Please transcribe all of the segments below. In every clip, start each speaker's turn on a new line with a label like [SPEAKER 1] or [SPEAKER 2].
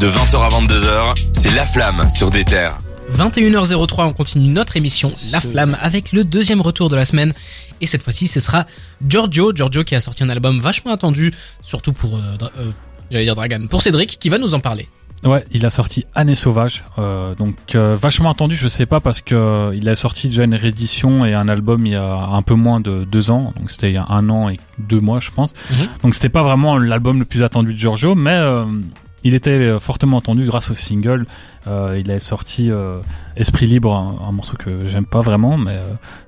[SPEAKER 1] De 20h à 22h, c'est La Flamme sur des terres.
[SPEAKER 2] 21h03, on continue notre émission La Flamme avec le deuxième retour de la semaine. Et cette fois-ci, ce sera Giorgio. Giorgio qui a sorti un album vachement attendu, surtout pour, euh, Dra- euh, j'allais dire Dragan, pour Cédric, qui va nous en parler.
[SPEAKER 3] Ouais, il a sorti Année Sauvage, euh, donc euh, vachement attendu, je sais pas, parce que euh, il a sorti déjà une réédition et un album il y a un peu moins de deux ans, donc c'était il y a un an et deux mois, je pense.
[SPEAKER 2] Mhm.
[SPEAKER 3] Donc c'était pas vraiment l'album le plus attendu de Giorgio, mais euh, il était euh, fortement attendu grâce au single. Euh, il a sorti euh, Esprit Libre, un, un morceau que j'aime pas vraiment, mais euh,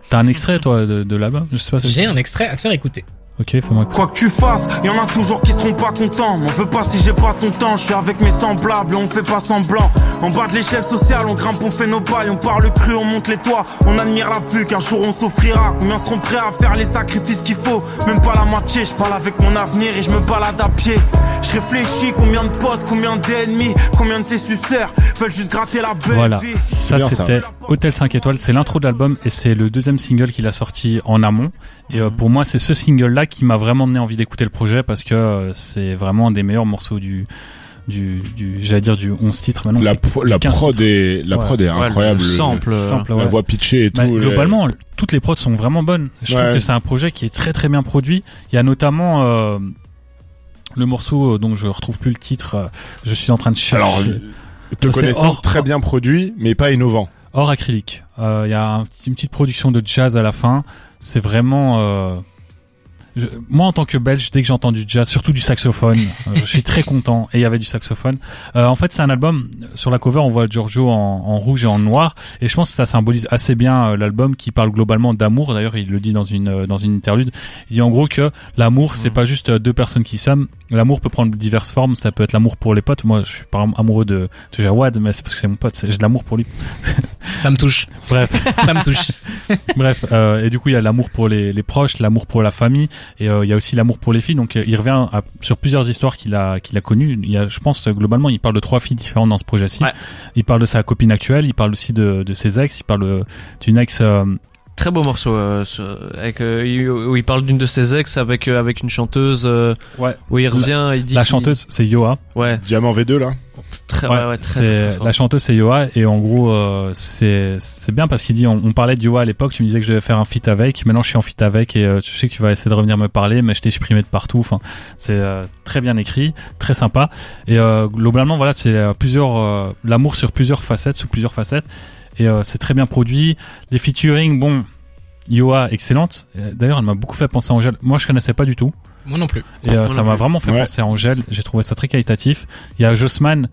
[SPEAKER 3] t'as un extrait toi de, de l'album, je sais pas. si-
[SPEAKER 2] J'ai un extrait à te faire écouter.
[SPEAKER 3] Ok, fais-moi. écouter.
[SPEAKER 4] Quoi que tu fasses, y en a toujours qui seront pas contents. M'en veux pas si j'ai pas ton temps, je suis avec mes semblables, on fait pas semblant. En bas de l'échelle sociale, on grimpe, on fait nos pailles, on parle cru, on monte les toits, on admire la vue qu'un jour on s'offrira. Combien seront prêts à faire les sacrifices qu'il faut Même pas la moitié, je parle avec mon avenir et je me balade à pied. Je réfléchis, combien de potes, combien d'ennemis, combien de ces suceurs veulent juste gratter la belle
[SPEAKER 3] Voilà,
[SPEAKER 4] vie.
[SPEAKER 3] ça
[SPEAKER 5] bien, ça.
[SPEAKER 3] c'était Hôtel 5 étoiles, c'est l'intro de l'album et c'est le deuxième single qu'il a sorti en amont. Et
[SPEAKER 5] Mhm.
[SPEAKER 3] euh, pour moi, c'est ce single-là qui m'a vraiment donné envie d'écouter le projet parce que euh, c'est vraiment un des meilleurs morceaux du, du, du j'allais dire du 11 titres. Maintenant,
[SPEAKER 5] la,
[SPEAKER 3] c'est
[SPEAKER 5] pro- la
[SPEAKER 3] 15
[SPEAKER 5] prod
[SPEAKER 3] titres.
[SPEAKER 5] est, la
[SPEAKER 3] Ouais.
[SPEAKER 5] prod est
[SPEAKER 6] Ouais, le
[SPEAKER 5] incroyable.
[SPEAKER 6] sample, euh,
[SPEAKER 3] simple,
[SPEAKER 5] La
[SPEAKER 3] ouais.
[SPEAKER 5] voix pitchée et
[SPEAKER 3] Bah,
[SPEAKER 5] tout. les-
[SPEAKER 3] globalement, toutes les prods sont vraiment bonnes. Je
[SPEAKER 5] Ouais.
[SPEAKER 3] trouve que c'est un projet qui est très très bien produit. Il y a notamment euh, le morceau euh, dont je retrouve plus le titre. euh, je suis en train de chercher.
[SPEAKER 5] Alors, euh, te
[SPEAKER 3] C'est
[SPEAKER 5] connaissant,
[SPEAKER 3] hors-
[SPEAKER 5] très bien produit, mais pas innovant.
[SPEAKER 3] hors acrylique. Euh, Il y a un petit- une petite production de jazz à la fin. C'est vraiment. euh, je- moi, en tant que Belge, dès que j'entends du jazz, surtout du saxophone, euh, je suis très content. Et il y avait du saxophone. Euh, en fait, c'est un album. Sur la cover, on voit Giorgio en, en rouge et en noir. Et je pense que ça symbolise assez bien euh, l'album qui parle globalement d'amour. D'ailleurs, il le dit dans une euh, dans une interlude. Il dit en gros que l'amour, c'est pas juste euh, deux personnes qui s'aiment. L'amour peut prendre diverses formes. Ça peut être l'amour pour les potes. Moi, je suis par exemple amoureux de, de Jawad, mais c'est parce que c'est mon pote. c'est- J'ai de l'amour pour lui.
[SPEAKER 2] Ça me touche,
[SPEAKER 3] Bref.
[SPEAKER 2] ça me touche.
[SPEAKER 3] Bref, euh, et du coup, il y a l'amour pour les, les proches, l'amour pour la famille, et euh, il y a aussi l'amour pour les filles. Donc, euh, il revient à- sur plusieurs histoires qu'il a, qu'il a connues. Il y a, je pense, euh, globalement, il parle de trois filles différentes dans ce projet-ci.
[SPEAKER 6] Ouais.
[SPEAKER 3] Il parle de sa copine actuelle, il parle aussi de, de ses ex, il parle euh, d'une ex. euh,
[SPEAKER 6] Très beau morceau euh, ce- avec euh, où il parle d'une de ses ex avec euh, avec une chanteuse euh,
[SPEAKER 3] Ouais.
[SPEAKER 6] où il revient il dit
[SPEAKER 3] la
[SPEAKER 6] qu'il-
[SPEAKER 3] chanteuse, c'est Yoa.
[SPEAKER 6] ouais
[SPEAKER 5] Diamant V2, là.
[SPEAKER 6] très ouais, ouais, très,
[SPEAKER 3] c'est-
[SPEAKER 6] très, très fort.
[SPEAKER 3] La chanteuse c'est Yoa et en gros euh, c'est c'est bien parce qu'il dit on, on parlait de Yoa à l'époque tu me disais que je devais faire un feat avec maintenant je suis en feat avec et euh, je sais que tu vas essayer de revenir me parler mais je t'ai supprimé de partout enfin c'est euh, très bien écrit très sympa et euh, globalement voilà c'est euh, plusieurs euh, l'amour sur plusieurs facettes sous plusieurs facettes et euh, c'est très bien produit les featuring bon Yoa excellente Euh, d'ailleurs elle m'a beaucoup fait penser à Angèle moi je connaissais pas du tout
[SPEAKER 2] Moi non plus.
[SPEAKER 3] et euh,
[SPEAKER 6] Moi
[SPEAKER 3] ça
[SPEAKER 6] non
[SPEAKER 3] m'a
[SPEAKER 6] plus.
[SPEAKER 3] vraiment fait
[SPEAKER 5] Ouais.
[SPEAKER 3] penser à Angèle. J'ai trouvé ça très qualitatif. Il y a Jossman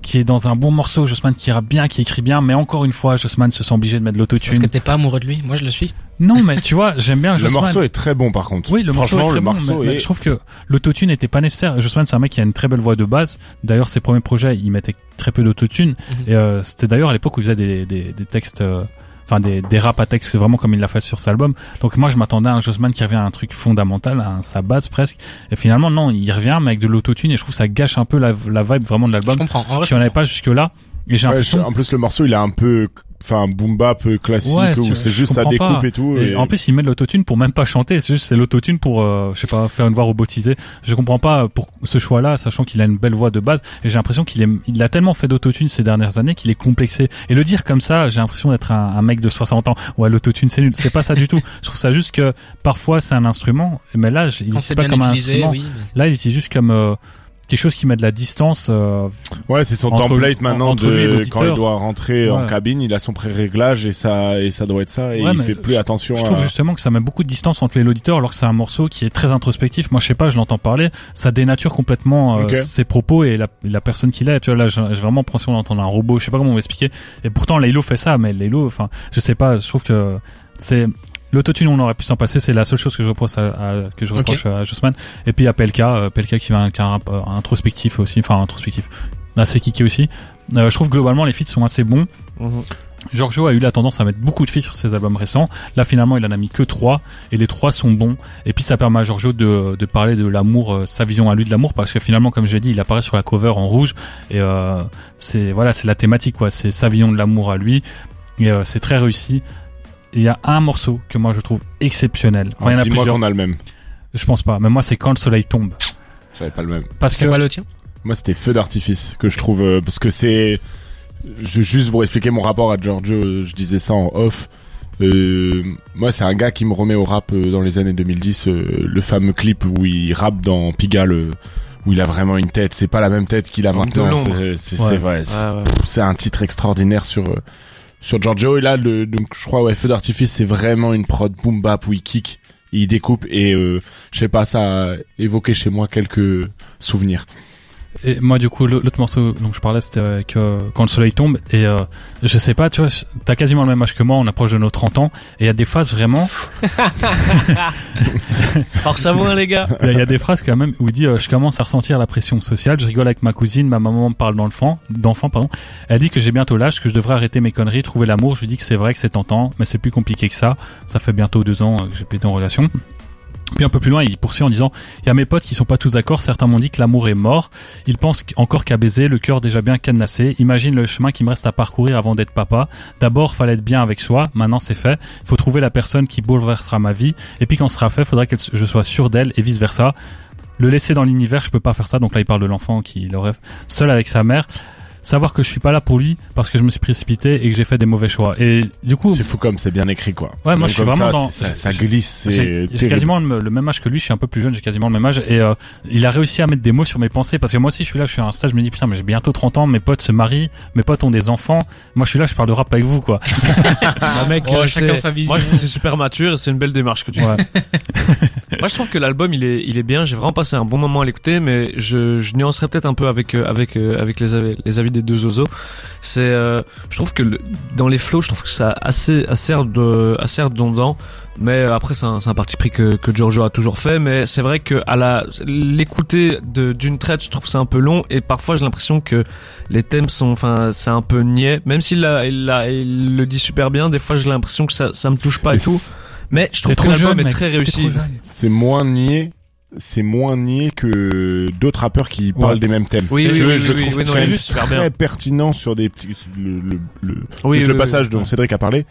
[SPEAKER 3] qui est dans un bon morceau. Jossman qui rappe bien, qui écrit bien. Mais encore une fois, Jossman se sent obligé de mettre de
[SPEAKER 2] Parce que
[SPEAKER 3] l'autotune.
[SPEAKER 2] t'es pas amoureux de lui, moi je le suis.
[SPEAKER 3] Non, mais tu vois, j'aime bien
[SPEAKER 5] Le
[SPEAKER 3] Jossman.
[SPEAKER 5] morceau est très bon, par contre.
[SPEAKER 3] Ah, Oui, le morceau est
[SPEAKER 5] Franchement,
[SPEAKER 3] très
[SPEAKER 5] le
[SPEAKER 3] bon,
[SPEAKER 5] morceau
[SPEAKER 3] mais- mais
[SPEAKER 5] est-
[SPEAKER 3] je trouve que l'autotune n'était pas nécessaire. Jossman, c'est un mec qui a une très belle voix de base. D'ailleurs, ses premiers projets, il mettait très peu d'autotune.
[SPEAKER 2] Mhm.
[SPEAKER 3] Et euh, c'était d'ailleurs à l'époque où il faisait des, des, des textes, euh, enfin des, des raps à texte, vraiment comme il l'a fait sur cet album. Donc moi, je m'attendais à un Jossman qui revient à un truc fondamental, à un- sa base presque. Et finalement, non, il revient mais avec de l'autotune et je trouve que ça gâche un peu la, la vibe vraiment de
[SPEAKER 2] Je
[SPEAKER 3] l'album.
[SPEAKER 2] comprends. En vrai,
[SPEAKER 3] Si on n'avait pas jusque là. Et j'ai
[SPEAKER 5] Ouais,
[SPEAKER 3] l'impression
[SPEAKER 5] je- en plus, le morceau, il a un peu, enfin, un boom bap classique
[SPEAKER 3] Ouais,
[SPEAKER 5] où
[SPEAKER 3] je-
[SPEAKER 5] c'est
[SPEAKER 3] je
[SPEAKER 5] juste ça
[SPEAKER 3] comprends
[SPEAKER 5] découpe
[SPEAKER 3] pas.
[SPEAKER 5] et tout.
[SPEAKER 3] Et
[SPEAKER 5] et-
[SPEAKER 3] en plus, ils mettent l'autotune pour même pas chanter. C'est juste, c'est l'autotune pour, euh, je sais pas, faire une voix robotisée. Je comprends pas euh, pour ce choix-là, sachant qu'il a une belle voix de base. Et j'ai l'impression qu'il est, il a tellement fait d'autotune ces dernières années qu'il est complexé. Et le dire comme ça, j'ai l'impression d'être un, un mec de 60 ans. Ouais, l'autotune, c'est nul. C'est pas ça du tout. Je trouve ça juste que parfois c'est un instrument, mais là, je- il
[SPEAKER 2] quand
[SPEAKER 3] l'utilise
[SPEAKER 2] c'est
[SPEAKER 3] pas
[SPEAKER 2] bien
[SPEAKER 3] comme un
[SPEAKER 2] utilisé,
[SPEAKER 3] instrument.
[SPEAKER 2] oui. mais c'est-
[SPEAKER 3] Là, il utilise juste comme, euh, quelque chose qui met de la distance euh,
[SPEAKER 5] Ouais, c'est son
[SPEAKER 3] Entre-
[SPEAKER 5] template
[SPEAKER 3] en-
[SPEAKER 5] maintenant
[SPEAKER 3] entre lui et
[SPEAKER 5] de
[SPEAKER 3] l'auditeur.
[SPEAKER 5] quand il doit rentrer en
[SPEAKER 3] Ouais.
[SPEAKER 5] cabine, il a son pré-réglage et ça et ça doit être ça et
[SPEAKER 3] Ouais,
[SPEAKER 5] il
[SPEAKER 3] mais
[SPEAKER 5] fait plus
[SPEAKER 3] je-
[SPEAKER 5] attention
[SPEAKER 3] Je
[SPEAKER 5] à
[SPEAKER 3] trouve justement que ça met beaucoup de distance entre les auditeurs alors que c'est un morceau qui est très introspectif. Moi, je sais pas, je l'entends parler, ça dénature complètement euh,
[SPEAKER 5] Ok.
[SPEAKER 3] ses propos et la, la personne qu'il est. Tu vois, là, j'ai j'ai vraiment l'impression d'entendre un robot. Je sais pas comment on va expliquer. Et pourtant, Laylo fait ça, mais Laylo, enfin, je sais pas, je trouve que c'est L'autotune, on aurait pu s'en passer, c'est la seule chose que je reproche à, à- que je
[SPEAKER 2] Ok.
[SPEAKER 3] reproche à Jossman. Et puis il y a Pelka, euh, Pelka qui va un, qui a un rap, euh, introspectif aussi, enfin introspectif, assez kické aussi. Euh, je trouve que globalement les feats sont assez bons.
[SPEAKER 6] Mhm.
[SPEAKER 3] Giorgio a eu la tendance à mettre beaucoup de filles sur ses albums récents. Là, finalement, il en a mis que trois, et les trois sont bons. Et puis, ça permet à Giorgio de, de parler de l'amour, euh, sa vision à lui de l'amour, parce que finalement, comme j'ai dit, il apparaît sur la cover en rouge, et euh, c'est voilà, c'est la thématique, quoi. C'est sa vision de l'amour à lui, et euh, c'est très réussi. Il y a un morceau que moi je trouve exceptionnel. Enfin, il y en a
[SPEAKER 5] Dis-moi
[SPEAKER 3] plusieurs.
[SPEAKER 5] qu'on a le même.
[SPEAKER 3] Je pense pas. Mais moi, c'est quand le soleil tombe.
[SPEAKER 5] J'avais pas le même.
[SPEAKER 3] Parce que
[SPEAKER 2] C'est quoi le tien
[SPEAKER 5] Moi, c'était Feu d'artifice que je trouve euh, parce que c'est je- juste pour expliquer mon rapport à Giorgio. euh, Je disais ça en off. Euh, moi, c'est un gars qui me remet au rap euh, dans les années 2010. euh, le fameux clip où il rappe dans Pigalle, euh, où il a vraiment une tête. C'est pas la même tête qu'il a
[SPEAKER 6] Homme de
[SPEAKER 5] maintenant.
[SPEAKER 6] l'ombre.
[SPEAKER 5] C'est c'est-
[SPEAKER 3] Ouais.
[SPEAKER 5] c'est vrai. c'est-
[SPEAKER 6] Ah, ouais.
[SPEAKER 5] c'est un titre extraordinaire sur euh, sur Giorgio et là le donc je crois ouais feu d'artifice c'est vraiment une prod boom bap où il kick il découpe et euh, je sais pas ça a évoqué chez moi quelques souvenirs
[SPEAKER 3] Et moi, du coup, le- l'autre morceau dont je parlais, c'était avec, euh, Quand le soleil tombe. Et euh, je sais pas, tu vois, je- t'as quasiment le même âge que moi, on approche de nos 30 ans. Et il y a des phases vraiment,
[SPEAKER 6] Force à vous, hein, les gars.
[SPEAKER 3] il y a- il y a des phrases quand même où il dit euh, Je commence à ressentir la pression sociale, je rigole avec ma cousine, ma maman me parle d'enfant, d'enfant, pardon. Elle dit que j'ai bientôt l'âge, que je devrais arrêter mes conneries, trouver l'amour. Je lui dis que c'est vrai, que c'est tentant, mais c'est plus compliqué que ça. Ça fait bientôt deux ans euh, que j'ai pété en relation. Puis un peu plus loin, il poursuit en disant Il y a mes potes qui sont pas tous d'accord, certains m'ont dit que l'amour est mort. Ils pensent qu- encore qu'à baiser, le cœur déjà bien cadenassé. Imagine le chemin qui me reste à parcourir avant d'être papa. D'abord, fallait être bien avec soi, maintenant c'est fait. Faut trouver la personne qui bouleversera ma vie. Et puis quand ce sera fait, faudra que je sois sûr d'elle et vice versa. Le laisser dans l'univers, je peux pas faire ça. Donc là, il parle de l'enfant qui le rêve seul avec sa mère. Savoir que je suis pas là pour lui parce que je me suis précipité et que j'ai fait des mauvais choix. Et du coup,
[SPEAKER 5] c'est fou comme c'est bien écrit quoi
[SPEAKER 3] Ouais, moi,
[SPEAKER 5] Même
[SPEAKER 3] je suis
[SPEAKER 5] comme
[SPEAKER 3] vraiment
[SPEAKER 5] ça,
[SPEAKER 3] dans-
[SPEAKER 5] c'est- ça, ça glisse c'est
[SPEAKER 3] J'ai j'ai
[SPEAKER 5] terrible.
[SPEAKER 3] quasiment le, le même âge que lui, je suis un peu plus jeune, j'ai quasiment le même âge. Et euh, il a réussi à mettre des mots sur mes pensées parce que moi aussi je suis là, je suis à un stage, je me dis putain, mais j'ai bientôt 30 ans, mes potes se marient, mes potes ont des enfants. Moi je suis là, je parle de rap avec vous quoi.
[SPEAKER 6] Bah, mec,
[SPEAKER 2] Oh,
[SPEAKER 6] euh,
[SPEAKER 2] chacun
[SPEAKER 6] c'est-
[SPEAKER 2] sa vision.
[SPEAKER 6] Moi, je trouve que c'est super mature et c'est une belle démarche que tu
[SPEAKER 3] Ouais.
[SPEAKER 6] fais. Moi, je trouve que l'album, il est, il est bien. J'ai vraiment passé un bon moment à l'écouter, mais je, je nuancerai peut-être un peu avec, euh, avec, euh, avec les, avis- les avis des deux oiseaux. C'est, euh, je trouve que le- dans les flows, je trouve que ça assez, assez, de, assez redondant. Mais euh, après, c'est un, c'est un parti pris que, que Giorgio a toujours fait. Mais c'est vrai que à la, l'écouter de- d'une traite, je trouve ça un peu long. Et parfois, j'ai l'impression que les thèmes sont, enfin, c'est un peu niais. Même s'il l'a- il l'a- il le dit super bien, des fois, j'ai l'impression que ça, ça me touche pas et
[SPEAKER 5] Et
[SPEAKER 6] tout.
[SPEAKER 5] c'est-
[SPEAKER 6] Mais je trouve
[SPEAKER 3] T'es
[SPEAKER 6] que l'album est
[SPEAKER 3] mec,
[SPEAKER 6] très
[SPEAKER 3] t'es
[SPEAKER 6] réussi.
[SPEAKER 3] trop jeune.
[SPEAKER 5] c'est moins nié c'est moins nié que d'autres rappeurs
[SPEAKER 3] Ouais.
[SPEAKER 5] qui parlent des mêmes thèmes
[SPEAKER 6] Oui,
[SPEAKER 5] Et
[SPEAKER 6] oui,
[SPEAKER 5] je,
[SPEAKER 6] oui,
[SPEAKER 5] je
[SPEAKER 6] oui,
[SPEAKER 5] trouve
[SPEAKER 6] oui, non,
[SPEAKER 5] très,
[SPEAKER 6] il est super
[SPEAKER 5] très
[SPEAKER 6] bien.
[SPEAKER 5] pertinent sur des petits le, le, le,
[SPEAKER 6] Oui,
[SPEAKER 5] juste
[SPEAKER 6] oui,
[SPEAKER 5] le
[SPEAKER 6] oui,
[SPEAKER 5] passage
[SPEAKER 6] oui.
[SPEAKER 5] dont Cédric a parlé,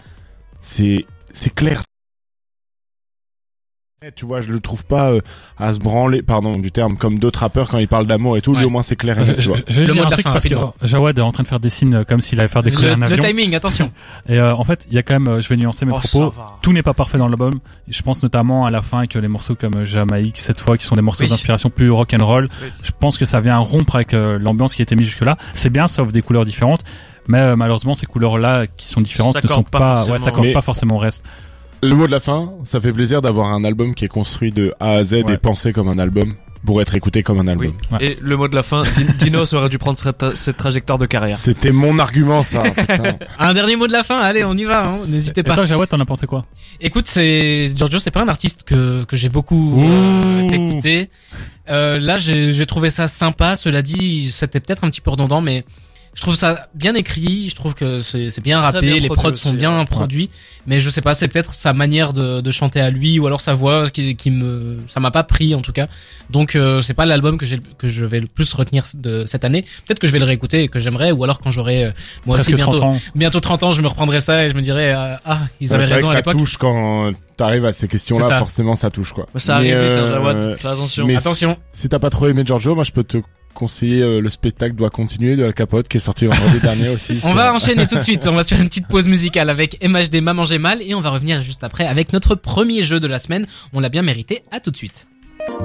[SPEAKER 5] c'est c'est clair. Eh, Tu vois, je le trouve pas euh, à se branler, pardon, du terme, comme d'autres rappeurs quand ils parlent d'amour et tout. Lui,
[SPEAKER 2] Ouais.
[SPEAKER 5] au moins, c'est clair et
[SPEAKER 3] Je-
[SPEAKER 5] net, tu vois.
[SPEAKER 3] je- Je vais
[SPEAKER 2] Le
[SPEAKER 3] dire
[SPEAKER 2] mot
[SPEAKER 3] un
[SPEAKER 2] de la
[SPEAKER 3] truc
[SPEAKER 2] fin,
[SPEAKER 3] parce que
[SPEAKER 2] rapidement.
[SPEAKER 3] Jawad est en train de faire des signes euh, comme s'il avait fait décoller
[SPEAKER 2] Le,
[SPEAKER 3] un
[SPEAKER 2] le
[SPEAKER 3] avion.
[SPEAKER 2] timing, attention.
[SPEAKER 3] Et euh, en fait, il y a quand même, euh, je vais nuancer mes
[SPEAKER 6] Oh,
[SPEAKER 3] propos. Tout n'est pas parfait dans l'album. Je pense notamment à la fin que les morceaux comme euh, Jamaïque cette fois, qui sont des morceaux
[SPEAKER 2] Oui.
[SPEAKER 3] d'inspiration plus rock and roll.
[SPEAKER 6] Oui.
[SPEAKER 3] Je pense que ça vient rompre avec euh, l'ambiance qui était mise jusque-là. C'est bien, sauf des couleurs différentes. Mais euh, malheureusement, ces couleurs-là qui sont différentes ne
[SPEAKER 6] S'accordent
[SPEAKER 3] sont
[SPEAKER 6] pas
[SPEAKER 3] pas,
[SPEAKER 6] forcément.
[SPEAKER 3] ouais, s'accordent
[SPEAKER 5] Mais-
[SPEAKER 3] pas forcément au reste.
[SPEAKER 5] Le mot de la fin, ça fait plaisir d'avoir un album qui est construit de A à Z
[SPEAKER 3] Ouais.
[SPEAKER 5] et pensé comme un album pour être écouté comme un album.
[SPEAKER 6] Oui. Et le mot de la fin, Din- Dinos aurait dû prendre cette, cette trajectoire de carrière.
[SPEAKER 5] C'était mon argument, ça. putain.
[SPEAKER 2] Un dernier mot de la fin, allez, on y va, hein, n'hésitez
[SPEAKER 3] Et
[SPEAKER 2] pas.
[SPEAKER 3] toi, Jawad, t'en as pensé quoi
[SPEAKER 2] Écoute, c'est Giorgio, c'est pas un artiste que, que j'ai beaucoup euh, écouté. Euh, là, j'ai j'ai trouvé ça sympa. Cela dit, c'était peut-être un petit peu redondant, mais je trouve ça bien écrit. Je trouve que c'est c'est bien
[SPEAKER 6] Très
[SPEAKER 2] rappé,
[SPEAKER 6] bien
[SPEAKER 2] les
[SPEAKER 6] produit
[SPEAKER 2] prods sont
[SPEAKER 6] aussi,
[SPEAKER 2] bien produits. Mais je sais pas, c'est peut-être sa manière de, de chanter à lui ou alors sa voix qui, qui me, ça m'a pas pris en tout cas. Donc euh, c'est pas l'album que j'ai que je vais le plus retenir de cette année. Peut-être que je vais le réécouter et que j'aimerais, ou alors quand j'aurai euh, moi
[SPEAKER 3] Presque
[SPEAKER 2] aussi bientôt
[SPEAKER 3] 30 ans.
[SPEAKER 2] bientôt 30 ans, je me reprendrai ça et je me dirais euh, ah ils
[SPEAKER 5] C'est
[SPEAKER 2] avaient
[SPEAKER 5] vrai que
[SPEAKER 2] raison à
[SPEAKER 5] ça
[SPEAKER 2] l'époque.
[SPEAKER 5] touche quand t'arrives à ces
[SPEAKER 2] C'est ça.
[SPEAKER 5] questions-là, forcément, ça touche, quoi.
[SPEAKER 6] Ça
[SPEAKER 5] Mais,
[SPEAKER 6] arrive vite, hein,
[SPEAKER 5] euh,
[SPEAKER 6] Jawad. Fais attention.
[SPEAKER 5] Mais
[SPEAKER 2] Attention.
[SPEAKER 5] Si, si t'as pas trop aimé Giorgio, moi je peux te conseiller euh, le spectacle doit continuer de Al Capote qui est sorti vendredi dernier aussi.
[SPEAKER 2] On
[SPEAKER 5] C'est-
[SPEAKER 2] va enchaîner tout de suite. On va se faire une petite pause musicale avec MHD Maman j'ai mal et on va revenir juste après avec notre premier jeu de la semaine. On l'a bien mérité. À tout de suite.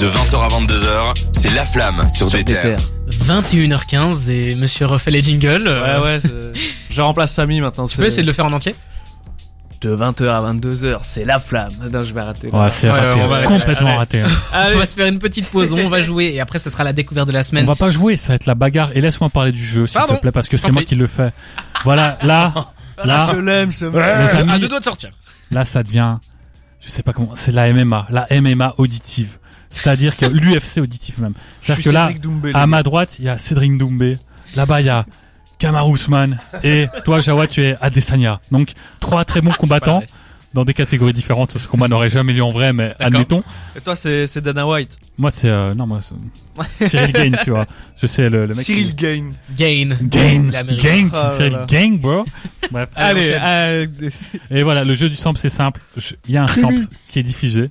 [SPEAKER 1] De 20h à 22h, c'est La Flamme sur,
[SPEAKER 6] Sur
[SPEAKER 1] des
[SPEAKER 6] des
[SPEAKER 1] terres.
[SPEAKER 6] terres.
[SPEAKER 2] 21h15 et monsieur refait les jingles. Euh,
[SPEAKER 6] Ouais, ouais. c'est- Je remplace Samy maintenant.
[SPEAKER 2] Tu peux essayer de le faire en entier
[SPEAKER 6] de 20h à 22h, c'est la flamme. Non, je vais arrêter.
[SPEAKER 3] Ouais, c'est
[SPEAKER 6] Ouais,
[SPEAKER 3] raté,
[SPEAKER 6] on va-
[SPEAKER 3] complètement
[SPEAKER 6] allez.
[SPEAKER 3] raté. hein.
[SPEAKER 2] On
[SPEAKER 6] Allez.
[SPEAKER 2] va se faire une petite pause, on va jouer et après ce sera la découverte de la
[SPEAKER 3] On
[SPEAKER 2] semaine.
[SPEAKER 3] va pas jouer, ça va être la bagarre. Et laisse-moi parler du jeu, s'il
[SPEAKER 2] Pardon.
[SPEAKER 3] te plaît, parce que c'est
[SPEAKER 2] Tant
[SPEAKER 3] moi
[SPEAKER 2] pis.
[SPEAKER 3] qui le fais. Voilà, là, là,
[SPEAKER 6] l'aime, ce
[SPEAKER 3] les
[SPEAKER 2] À
[SPEAKER 3] amis,
[SPEAKER 2] deux doigts Ah, de sortir.
[SPEAKER 3] là, ça devient, je sais pas comment, c'est la MMA, la MMA auditive. C'est-à-dire que l'UFC auditif même. C'est-à-dire que là, à ma droite, il y a Cédric Doumbé. Là-bas, il y a Kamaru Usman. Et toi, Jawa, tu es Adesanya. Donc, trois très
[SPEAKER 6] Ah,
[SPEAKER 3] bons combattants dans des catégories différentes. Ce combat n'aurait jamais lieu en vrai, mais admettons.
[SPEAKER 6] Et toi, c'est c'est Dana White.
[SPEAKER 3] Moi, c'est, euh, non, moi, c'est Cyril Gain, tu vois. Je sais, le, le mec.
[SPEAKER 6] Cyril Gain.
[SPEAKER 2] Gain.
[SPEAKER 3] Gain,
[SPEAKER 2] L'Amérique.
[SPEAKER 3] gang,
[SPEAKER 6] Oh là
[SPEAKER 3] Cyril
[SPEAKER 6] là.
[SPEAKER 3] Gang, bro. Bref.
[SPEAKER 6] Allez,
[SPEAKER 2] enchaîne.
[SPEAKER 6] allez.
[SPEAKER 3] Et voilà, le jeu du sample, c'est simple. Je- Il y a un sample qui est diffusé.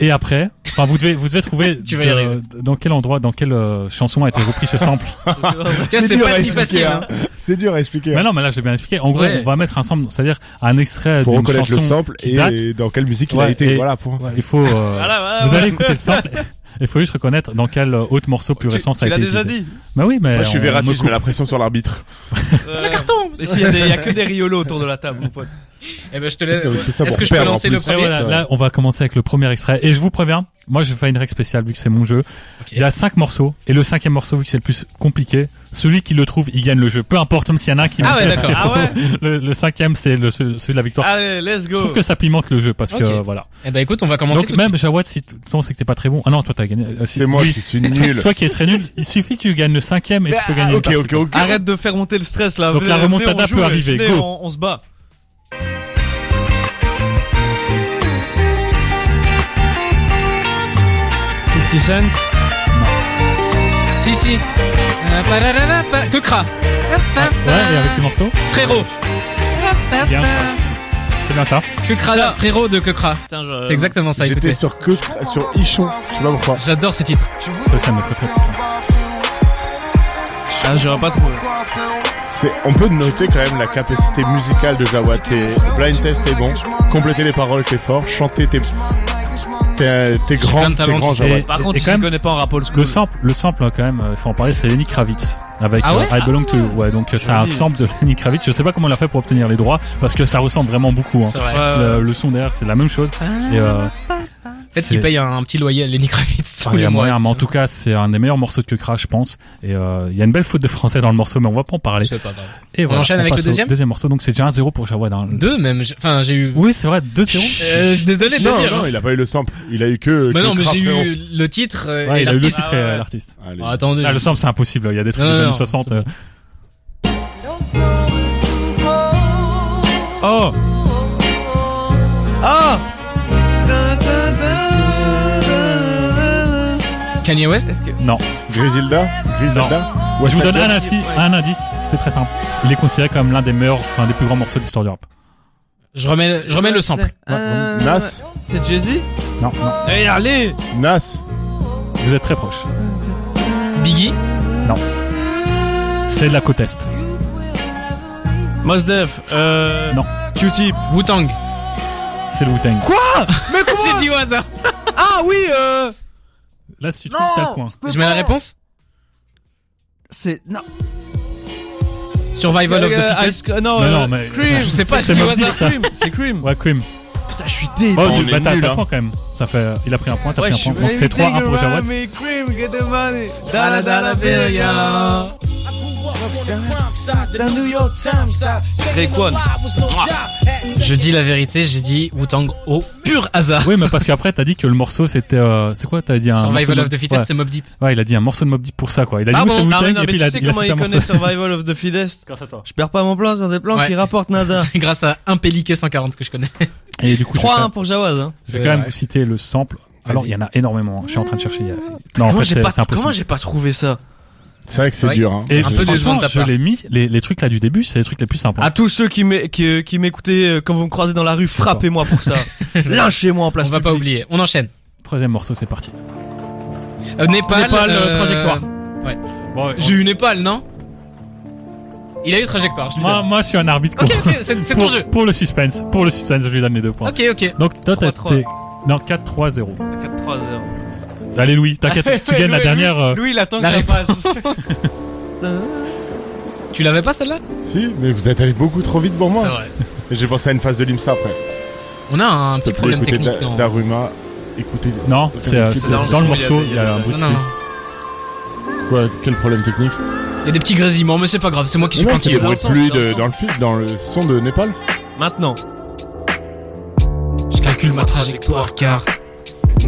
[SPEAKER 3] Et après, enfin, vous devez, vous devez trouver
[SPEAKER 2] Tu vas y
[SPEAKER 3] de-
[SPEAKER 2] arriver.
[SPEAKER 3] dans quel endroit, dans quelle euh, chanson a été repris ce sample.
[SPEAKER 2] Tiens, c'est
[SPEAKER 5] dur
[SPEAKER 2] pas
[SPEAKER 5] à
[SPEAKER 2] si
[SPEAKER 5] expliquer,
[SPEAKER 2] facile.
[SPEAKER 5] hein.
[SPEAKER 2] hein.
[SPEAKER 5] C'est dur à expliquer. hein.
[SPEAKER 3] mais non, mais là, j'ai bien expliqué. En gros,
[SPEAKER 2] Ouais.
[SPEAKER 3] on va mettre un sample, c'est-à-dire un extrait
[SPEAKER 5] faut
[SPEAKER 3] d'une
[SPEAKER 5] reconnaître
[SPEAKER 3] chanson
[SPEAKER 5] le sample
[SPEAKER 3] qui
[SPEAKER 5] et
[SPEAKER 3] date.
[SPEAKER 5] dans quelle musique il a
[SPEAKER 3] Ouais,
[SPEAKER 5] été.
[SPEAKER 3] et-
[SPEAKER 5] Voilà, point.
[SPEAKER 3] Ouais, il faut, euh,
[SPEAKER 6] Ah
[SPEAKER 3] vous allez écouter le sample. Il faut juste reconnaître dans quel euh, autre morceau plus récent ça a
[SPEAKER 6] Tu l'as
[SPEAKER 3] été
[SPEAKER 6] déjà
[SPEAKER 3] utilisé.
[SPEAKER 6] dit.
[SPEAKER 3] Bah oui, mais
[SPEAKER 5] Moi, je suis
[SPEAKER 3] on-
[SPEAKER 5] Verratti,
[SPEAKER 3] on me
[SPEAKER 5] je
[SPEAKER 3] coupe.
[SPEAKER 5] mets la pression sur l'arbitre.
[SPEAKER 2] hein.
[SPEAKER 6] Le carton Il Euh, y a que des riolos autour de la table, mon pote.
[SPEAKER 2] Eh ben, je te laisse.
[SPEAKER 5] Tout ça
[SPEAKER 2] Est-ce
[SPEAKER 5] pour
[SPEAKER 2] que je peux
[SPEAKER 5] perdre, en
[SPEAKER 2] lancer le
[SPEAKER 5] plus.
[SPEAKER 3] Et
[SPEAKER 2] premier
[SPEAKER 3] voilà, là, on va commencer avec le premier extrait. Et je vous préviens, moi, je fais une règle spéciale vu que c'est mon jeu. Il y a cinq morceaux. Et le cinquième morceau, vu que c'est le plus compliqué, celui qui le trouve, il gagne le jeu. Peu importe, même s'il y en a un qui
[SPEAKER 2] Ah ouais, d'accord.
[SPEAKER 6] Ah ouais
[SPEAKER 3] le, le cinquième, c'est le, celui celui de la victoire.
[SPEAKER 6] Allez, let's
[SPEAKER 3] Je
[SPEAKER 6] go.
[SPEAKER 3] trouve que ça pimente le jeu parce
[SPEAKER 2] Ok.
[SPEAKER 3] que voilà.
[SPEAKER 2] Eh ben, écoute, on va commencer.
[SPEAKER 3] Donc
[SPEAKER 2] tout de
[SPEAKER 3] même Jawad, si t- toi on sait que t'es pas très bon. Ah non, toi t'as gagné. Euh, si-
[SPEAKER 5] C'est moi
[SPEAKER 3] oui.
[SPEAKER 5] qui suis nul.
[SPEAKER 3] Toi qui es très nul, il suffit que tu gagnes le cinquième et tu
[SPEAKER 2] Ah,
[SPEAKER 3] peux gagner. une
[SPEAKER 5] ok,
[SPEAKER 3] partie.
[SPEAKER 5] ok, ok.
[SPEAKER 6] Arrête de faire monter le stress là.
[SPEAKER 3] Donc,
[SPEAKER 6] Venez,
[SPEAKER 3] la
[SPEAKER 6] venez,
[SPEAKER 3] remontada
[SPEAKER 6] on joue,
[SPEAKER 3] peut
[SPEAKER 6] ouais.
[SPEAKER 3] arriver.
[SPEAKER 6] Venez,
[SPEAKER 3] Go.
[SPEAKER 6] On on se bat. Fifty Cent.
[SPEAKER 2] suite. Si, si. Euh, pararara, pa- Que cra.
[SPEAKER 3] Ouais, et avec le morceau,
[SPEAKER 2] Frérot.
[SPEAKER 3] Bien. c'est bien ça. Euh,
[SPEAKER 2] Que cra là, frérot de que cra.
[SPEAKER 6] Putain, je-
[SPEAKER 2] C'est exactement ça,
[SPEAKER 5] J'étais
[SPEAKER 2] écoutez.
[SPEAKER 5] sur que sur Ichon. Je sais pas pourquoi.
[SPEAKER 2] J'adore ce titre.
[SPEAKER 3] Ça, ça me fait très très-
[SPEAKER 6] Ah, j'aurais pas trouvé.
[SPEAKER 5] C'est- On peut noter quand même la capacité musicale de Jawad. T'es blind test, t'es bon. Compléter les paroles, t'es fort. Chanter, t'es t'es t'es
[SPEAKER 2] plein
[SPEAKER 5] grand,
[SPEAKER 2] de
[SPEAKER 5] t'es
[SPEAKER 2] talents,
[SPEAKER 5] grand
[SPEAKER 2] tu sais.
[SPEAKER 5] Jawad.
[SPEAKER 6] Par
[SPEAKER 3] Et-
[SPEAKER 6] contre,
[SPEAKER 3] et
[SPEAKER 6] si
[SPEAKER 3] quand
[SPEAKER 6] tu
[SPEAKER 3] même-
[SPEAKER 6] connais pas en rap old
[SPEAKER 3] Le
[SPEAKER 6] school.
[SPEAKER 3] sample, le sample hein, quand même, il faut en parler, c'est Lenny Kravitz avec
[SPEAKER 2] Ah
[SPEAKER 3] euh,
[SPEAKER 2] ouais
[SPEAKER 3] I Belong to You. Ouais, donc euh, c'est un
[SPEAKER 6] Joli.
[SPEAKER 3] sample de Lenny Kravitz. Je sais pas comment il a fait pour obtenir les droits parce que ça ressemble vraiment beaucoup. hein.
[SPEAKER 2] C'est vrai.
[SPEAKER 6] Ouais, ouais.
[SPEAKER 3] Le, le son derrière, c'est la même chose.
[SPEAKER 2] Ah,
[SPEAKER 3] Et, euh,
[SPEAKER 2] Peut-être
[SPEAKER 3] c'est-
[SPEAKER 2] qu'il paye un, un petit loyer à Lenny Kravitz.
[SPEAKER 3] Ah,
[SPEAKER 2] tous
[SPEAKER 3] il y
[SPEAKER 2] les
[SPEAKER 3] a
[SPEAKER 2] mois.
[SPEAKER 3] moyen, mais en tout cas, c'est un des meilleurs morceaux de que Crash, je pense. Et euh, il y a une belle faute de français dans le morceau, mais on va pas en parler.
[SPEAKER 2] C'est pas grave.
[SPEAKER 3] Et
[SPEAKER 2] On enchaîne avec
[SPEAKER 3] passe
[SPEAKER 2] le
[SPEAKER 3] au
[SPEAKER 2] deuxième
[SPEAKER 3] morceau, donc c'est déjà un 0 pour Jawad. hein.
[SPEAKER 2] Deux même. j'ai- Enfin, j'ai eu.
[SPEAKER 3] Oui, c'est vrai, 2-0.
[SPEAKER 2] Euh, désolé de
[SPEAKER 5] Non,
[SPEAKER 2] le dire.
[SPEAKER 5] non,
[SPEAKER 2] hein.
[SPEAKER 5] il a pas eu le sample. Il a eu que.
[SPEAKER 2] Bah
[SPEAKER 5] que
[SPEAKER 2] non, mais
[SPEAKER 5] Kraft,
[SPEAKER 2] j'ai
[SPEAKER 5] frérot.
[SPEAKER 2] eu le titre euh,
[SPEAKER 3] Ouais,
[SPEAKER 2] et
[SPEAKER 3] il a eu le
[SPEAKER 2] l'artiste.
[SPEAKER 3] titre
[SPEAKER 6] Ah
[SPEAKER 3] et
[SPEAKER 6] ouais.
[SPEAKER 3] euh, l'artiste.
[SPEAKER 5] Allez.
[SPEAKER 2] Ah, attendez.
[SPEAKER 3] Là, le sample, c'est impossible. Il y a des trucs
[SPEAKER 2] Non,
[SPEAKER 3] des
[SPEAKER 2] non,
[SPEAKER 3] années
[SPEAKER 2] non,
[SPEAKER 3] 60.
[SPEAKER 2] c'est
[SPEAKER 3] euh.
[SPEAKER 6] Oh Ah
[SPEAKER 2] Kanye West.
[SPEAKER 3] euh, Non.
[SPEAKER 5] Griselda Griselda
[SPEAKER 3] Je vous
[SPEAKER 5] West
[SPEAKER 3] donne
[SPEAKER 5] Side
[SPEAKER 3] un indice, un indice, c'est très simple. Il est considéré comme l'un des meilleurs, enfin, des plus grands morceaux de l'histoire du rap.
[SPEAKER 2] Je remets, je remets le sample.
[SPEAKER 6] Euh,
[SPEAKER 5] Gun. Nas
[SPEAKER 6] C'est Jay-Z
[SPEAKER 3] Non, non.
[SPEAKER 6] Eh, allez
[SPEAKER 5] Nas
[SPEAKER 3] Vous êtes très proche.
[SPEAKER 2] Biggie.
[SPEAKER 3] C'est de la côte Est.
[SPEAKER 6] Mos Def, euh...
[SPEAKER 3] Non.
[SPEAKER 6] Q-Tip.
[SPEAKER 2] Wu Tang.
[SPEAKER 3] C'est le Wu-Tang.
[SPEAKER 6] Mais quoi
[SPEAKER 2] J'ai dit au hasard.
[SPEAKER 6] Ah oui, euh...
[SPEAKER 3] Là, si tu trouves, t'as le point.
[SPEAKER 2] Je mets la réponse.
[SPEAKER 6] C'est... Non.
[SPEAKER 2] Survival of the
[SPEAKER 6] Euh,
[SPEAKER 2] fittest.
[SPEAKER 6] Ice- Non,
[SPEAKER 3] Mais
[SPEAKER 6] euh,
[SPEAKER 3] non, mais-
[SPEAKER 6] Cream.
[SPEAKER 2] Je sais pas, je
[SPEAKER 3] C'est
[SPEAKER 2] dis au
[SPEAKER 3] même pire,
[SPEAKER 2] hasard.
[SPEAKER 3] ça.
[SPEAKER 6] Cream, C'est Cream.
[SPEAKER 3] Ouais, Cream.
[SPEAKER 6] Putain, je suis dé...
[SPEAKER 3] Oh,
[SPEAKER 5] on
[SPEAKER 3] tu-
[SPEAKER 5] est
[SPEAKER 3] bah, t'as
[SPEAKER 5] nul,
[SPEAKER 3] t'as
[SPEAKER 5] hein.
[SPEAKER 3] un point quand même. Ça fait, il a pris un point, t'as
[SPEAKER 6] Ouais, je
[SPEAKER 3] pris
[SPEAKER 6] suis
[SPEAKER 3] un point. Donc c'est 3-1 pour Jawad.
[SPEAKER 6] Mais Cream, get the money. Da la da la birria. Rayquan.
[SPEAKER 3] euh,
[SPEAKER 2] Je dis la vérité, j'ai dit Wu Tang au pur hasard.
[SPEAKER 3] Oui, mais parce qu'après, t'as dit que le morceau, c'était, euh, c'est quoi, t'as dit un. morceau
[SPEAKER 2] Survival
[SPEAKER 3] de-
[SPEAKER 2] of the fittest,
[SPEAKER 3] Ouais.
[SPEAKER 2] c'est Mob Deep.
[SPEAKER 3] Ouais, il a dit un morceau de Mob Deep pour ça, quoi. Il a dit
[SPEAKER 6] Ah
[SPEAKER 3] oui, c'est
[SPEAKER 6] bon Ah
[SPEAKER 3] Wu-Tang,
[SPEAKER 6] mais non,
[SPEAKER 3] et
[SPEAKER 6] mais
[SPEAKER 3] puis
[SPEAKER 6] tu
[SPEAKER 3] il a,
[SPEAKER 6] sais
[SPEAKER 3] il a
[SPEAKER 6] comment
[SPEAKER 3] cité un
[SPEAKER 6] il
[SPEAKER 3] morceau.
[SPEAKER 6] connaît Survival of the Fittest
[SPEAKER 3] Grâce à toi.
[SPEAKER 6] Je perds pas mon plan sur des plans
[SPEAKER 2] Ouais.
[SPEAKER 6] qui rapportent nada.
[SPEAKER 2] C'est grâce à un Péliqué 140 que je connais.
[SPEAKER 3] Et du coup, je vais
[SPEAKER 6] 3-1
[SPEAKER 3] quand-
[SPEAKER 6] pour Jawad. Hein.
[SPEAKER 3] je vais quand même vous citer le sample. Alors,
[SPEAKER 2] Vas-y.
[SPEAKER 3] il y en a énormément. hein. Je suis en train de chercher. il y a- Non, en
[SPEAKER 6] Comment
[SPEAKER 3] fait,
[SPEAKER 6] j'ai
[SPEAKER 3] c'est
[SPEAKER 6] pas-
[SPEAKER 3] c'est impossible.
[SPEAKER 6] Comment j'ai pas trouvé ça
[SPEAKER 5] C'est vrai que c'est
[SPEAKER 2] Ouais.
[SPEAKER 5] dur. hein.
[SPEAKER 3] Et
[SPEAKER 2] Un peu décevant de ta
[SPEAKER 3] franchement, je
[SPEAKER 2] part.
[SPEAKER 3] l'ai mis. Les, les trucs là du début, c'est les trucs les plus simples. hein.
[SPEAKER 6] À tous ceux qui m'é- qui qui m'écoutaient euh, quand vous me croisez dans la rue,
[SPEAKER 3] pas.
[SPEAKER 6] frappez-moi pour ça. Lâchez-moi en
[SPEAKER 2] On
[SPEAKER 6] place.
[SPEAKER 2] va pas
[SPEAKER 6] publique.
[SPEAKER 2] oublier. On enchaîne.
[SPEAKER 3] Troisième morceau, c'est parti.
[SPEAKER 2] Euh, Népal.
[SPEAKER 6] Népal, euh, trajectoire.
[SPEAKER 3] Bon,
[SPEAKER 2] J'ai eu Népal, non Il a eu trajectoire, je lui
[SPEAKER 3] moi,
[SPEAKER 2] donne.
[SPEAKER 3] moi, je suis un arbitre.
[SPEAKER 2] Ok,
[SPEAKER 3] court.
[SPEAKER 2] ok, c'est c'est ton
[SPEAKER 3] pour,
[SPEAKER 2] jeu.
[SPEAKER 3] pour le suspense, pour le suspense, je lui donne les deux points.
[SPEAKER 2] Ok, ok.
[SPEAKER 3] Donc, toi, t'as
[SPEAKER 6] 3-3.
[SPEAKER 3] cité. Non, 4-3-0.
[SPEAKER 6] 4-3-0.
[SPEAKER 3] Allez, Louis, t'inquiète, si tu gagnes la
[SPEAKER 6] Louis-
[SPEAKER 3] dernière. euh,
[SPEAKER 6] Louis, il attend que
[SPEAKER 2] la
[SPEAKER 6] ça passe.
[SPEAKER 2] Tu l'avais pas celle-là
[SPEAKER 5] Si, mais vous êtes allé beaucoup trop vite pour
[SPEAKER 2] C'est
[SPEAKER 5] moi.
[SPEAKER 2] vrai.
[SPEAKER 5] Et J'ai pensé à une phase de l'IMSA après.
[SPEAKER 2] On a un petit
[SPEAKER 5] T'as pu
[SPEAKER 2] problème
[SPEAKER 5] écouter
[SPEAKER 2] technique
[SPEAKER 5] Da-
[SPEAKER 2] dans.
[SPEAKER 5] Daruma. Écoutez,
[SPEAKER 3] Non, c'est euh,
[SPEAKER 5] C'est
[SPEAKER 3] c'est-
[SPEAKER 5] dans
[SPEAKER 3] dans,
[SPEAKER 5] le
[SPEAKER 3] le
[SPEAKER 6] son,
[SPEAKER 3] morceau,
[SPEAKER 6] il
[SPEAKER 3] il
[SPEAKER 6] y a-
[SPEAKER 3] y a un bruit
[SPEAKER 2] Non,
[SPEAKER 3] de
[SPEAKER 2] non,
[SPEAKER 3] pluie.
[SPEAKER 2] non.
[SPEAKER 5] quoi, quel problème technique
[SPEAKER 2] Il y a des petits grésillements, mais c'est pas grave, c'est moi qui suis
[SPEAKER 5] Non, c'est
[SPEAKER 2] pointillé.
[SPEAKER 5] les
[SPEAKER 6] dans
[SPEAKER 5] bruits
[SPEAKER 6] le
[SPEAKER 5] de
[SPEAKER 6] son,
[SPEAKER 5] pluie
[SPEAKER 6] c'est dans le
[SPEAKER 5] de- dans
[SPEAKER 6] son.
[SPEAKER 5] le film, dans le son de Népal.
[SPEAKER 6] Maintenant.
[SPEAKER 2] Je calcule ma trajectoire car.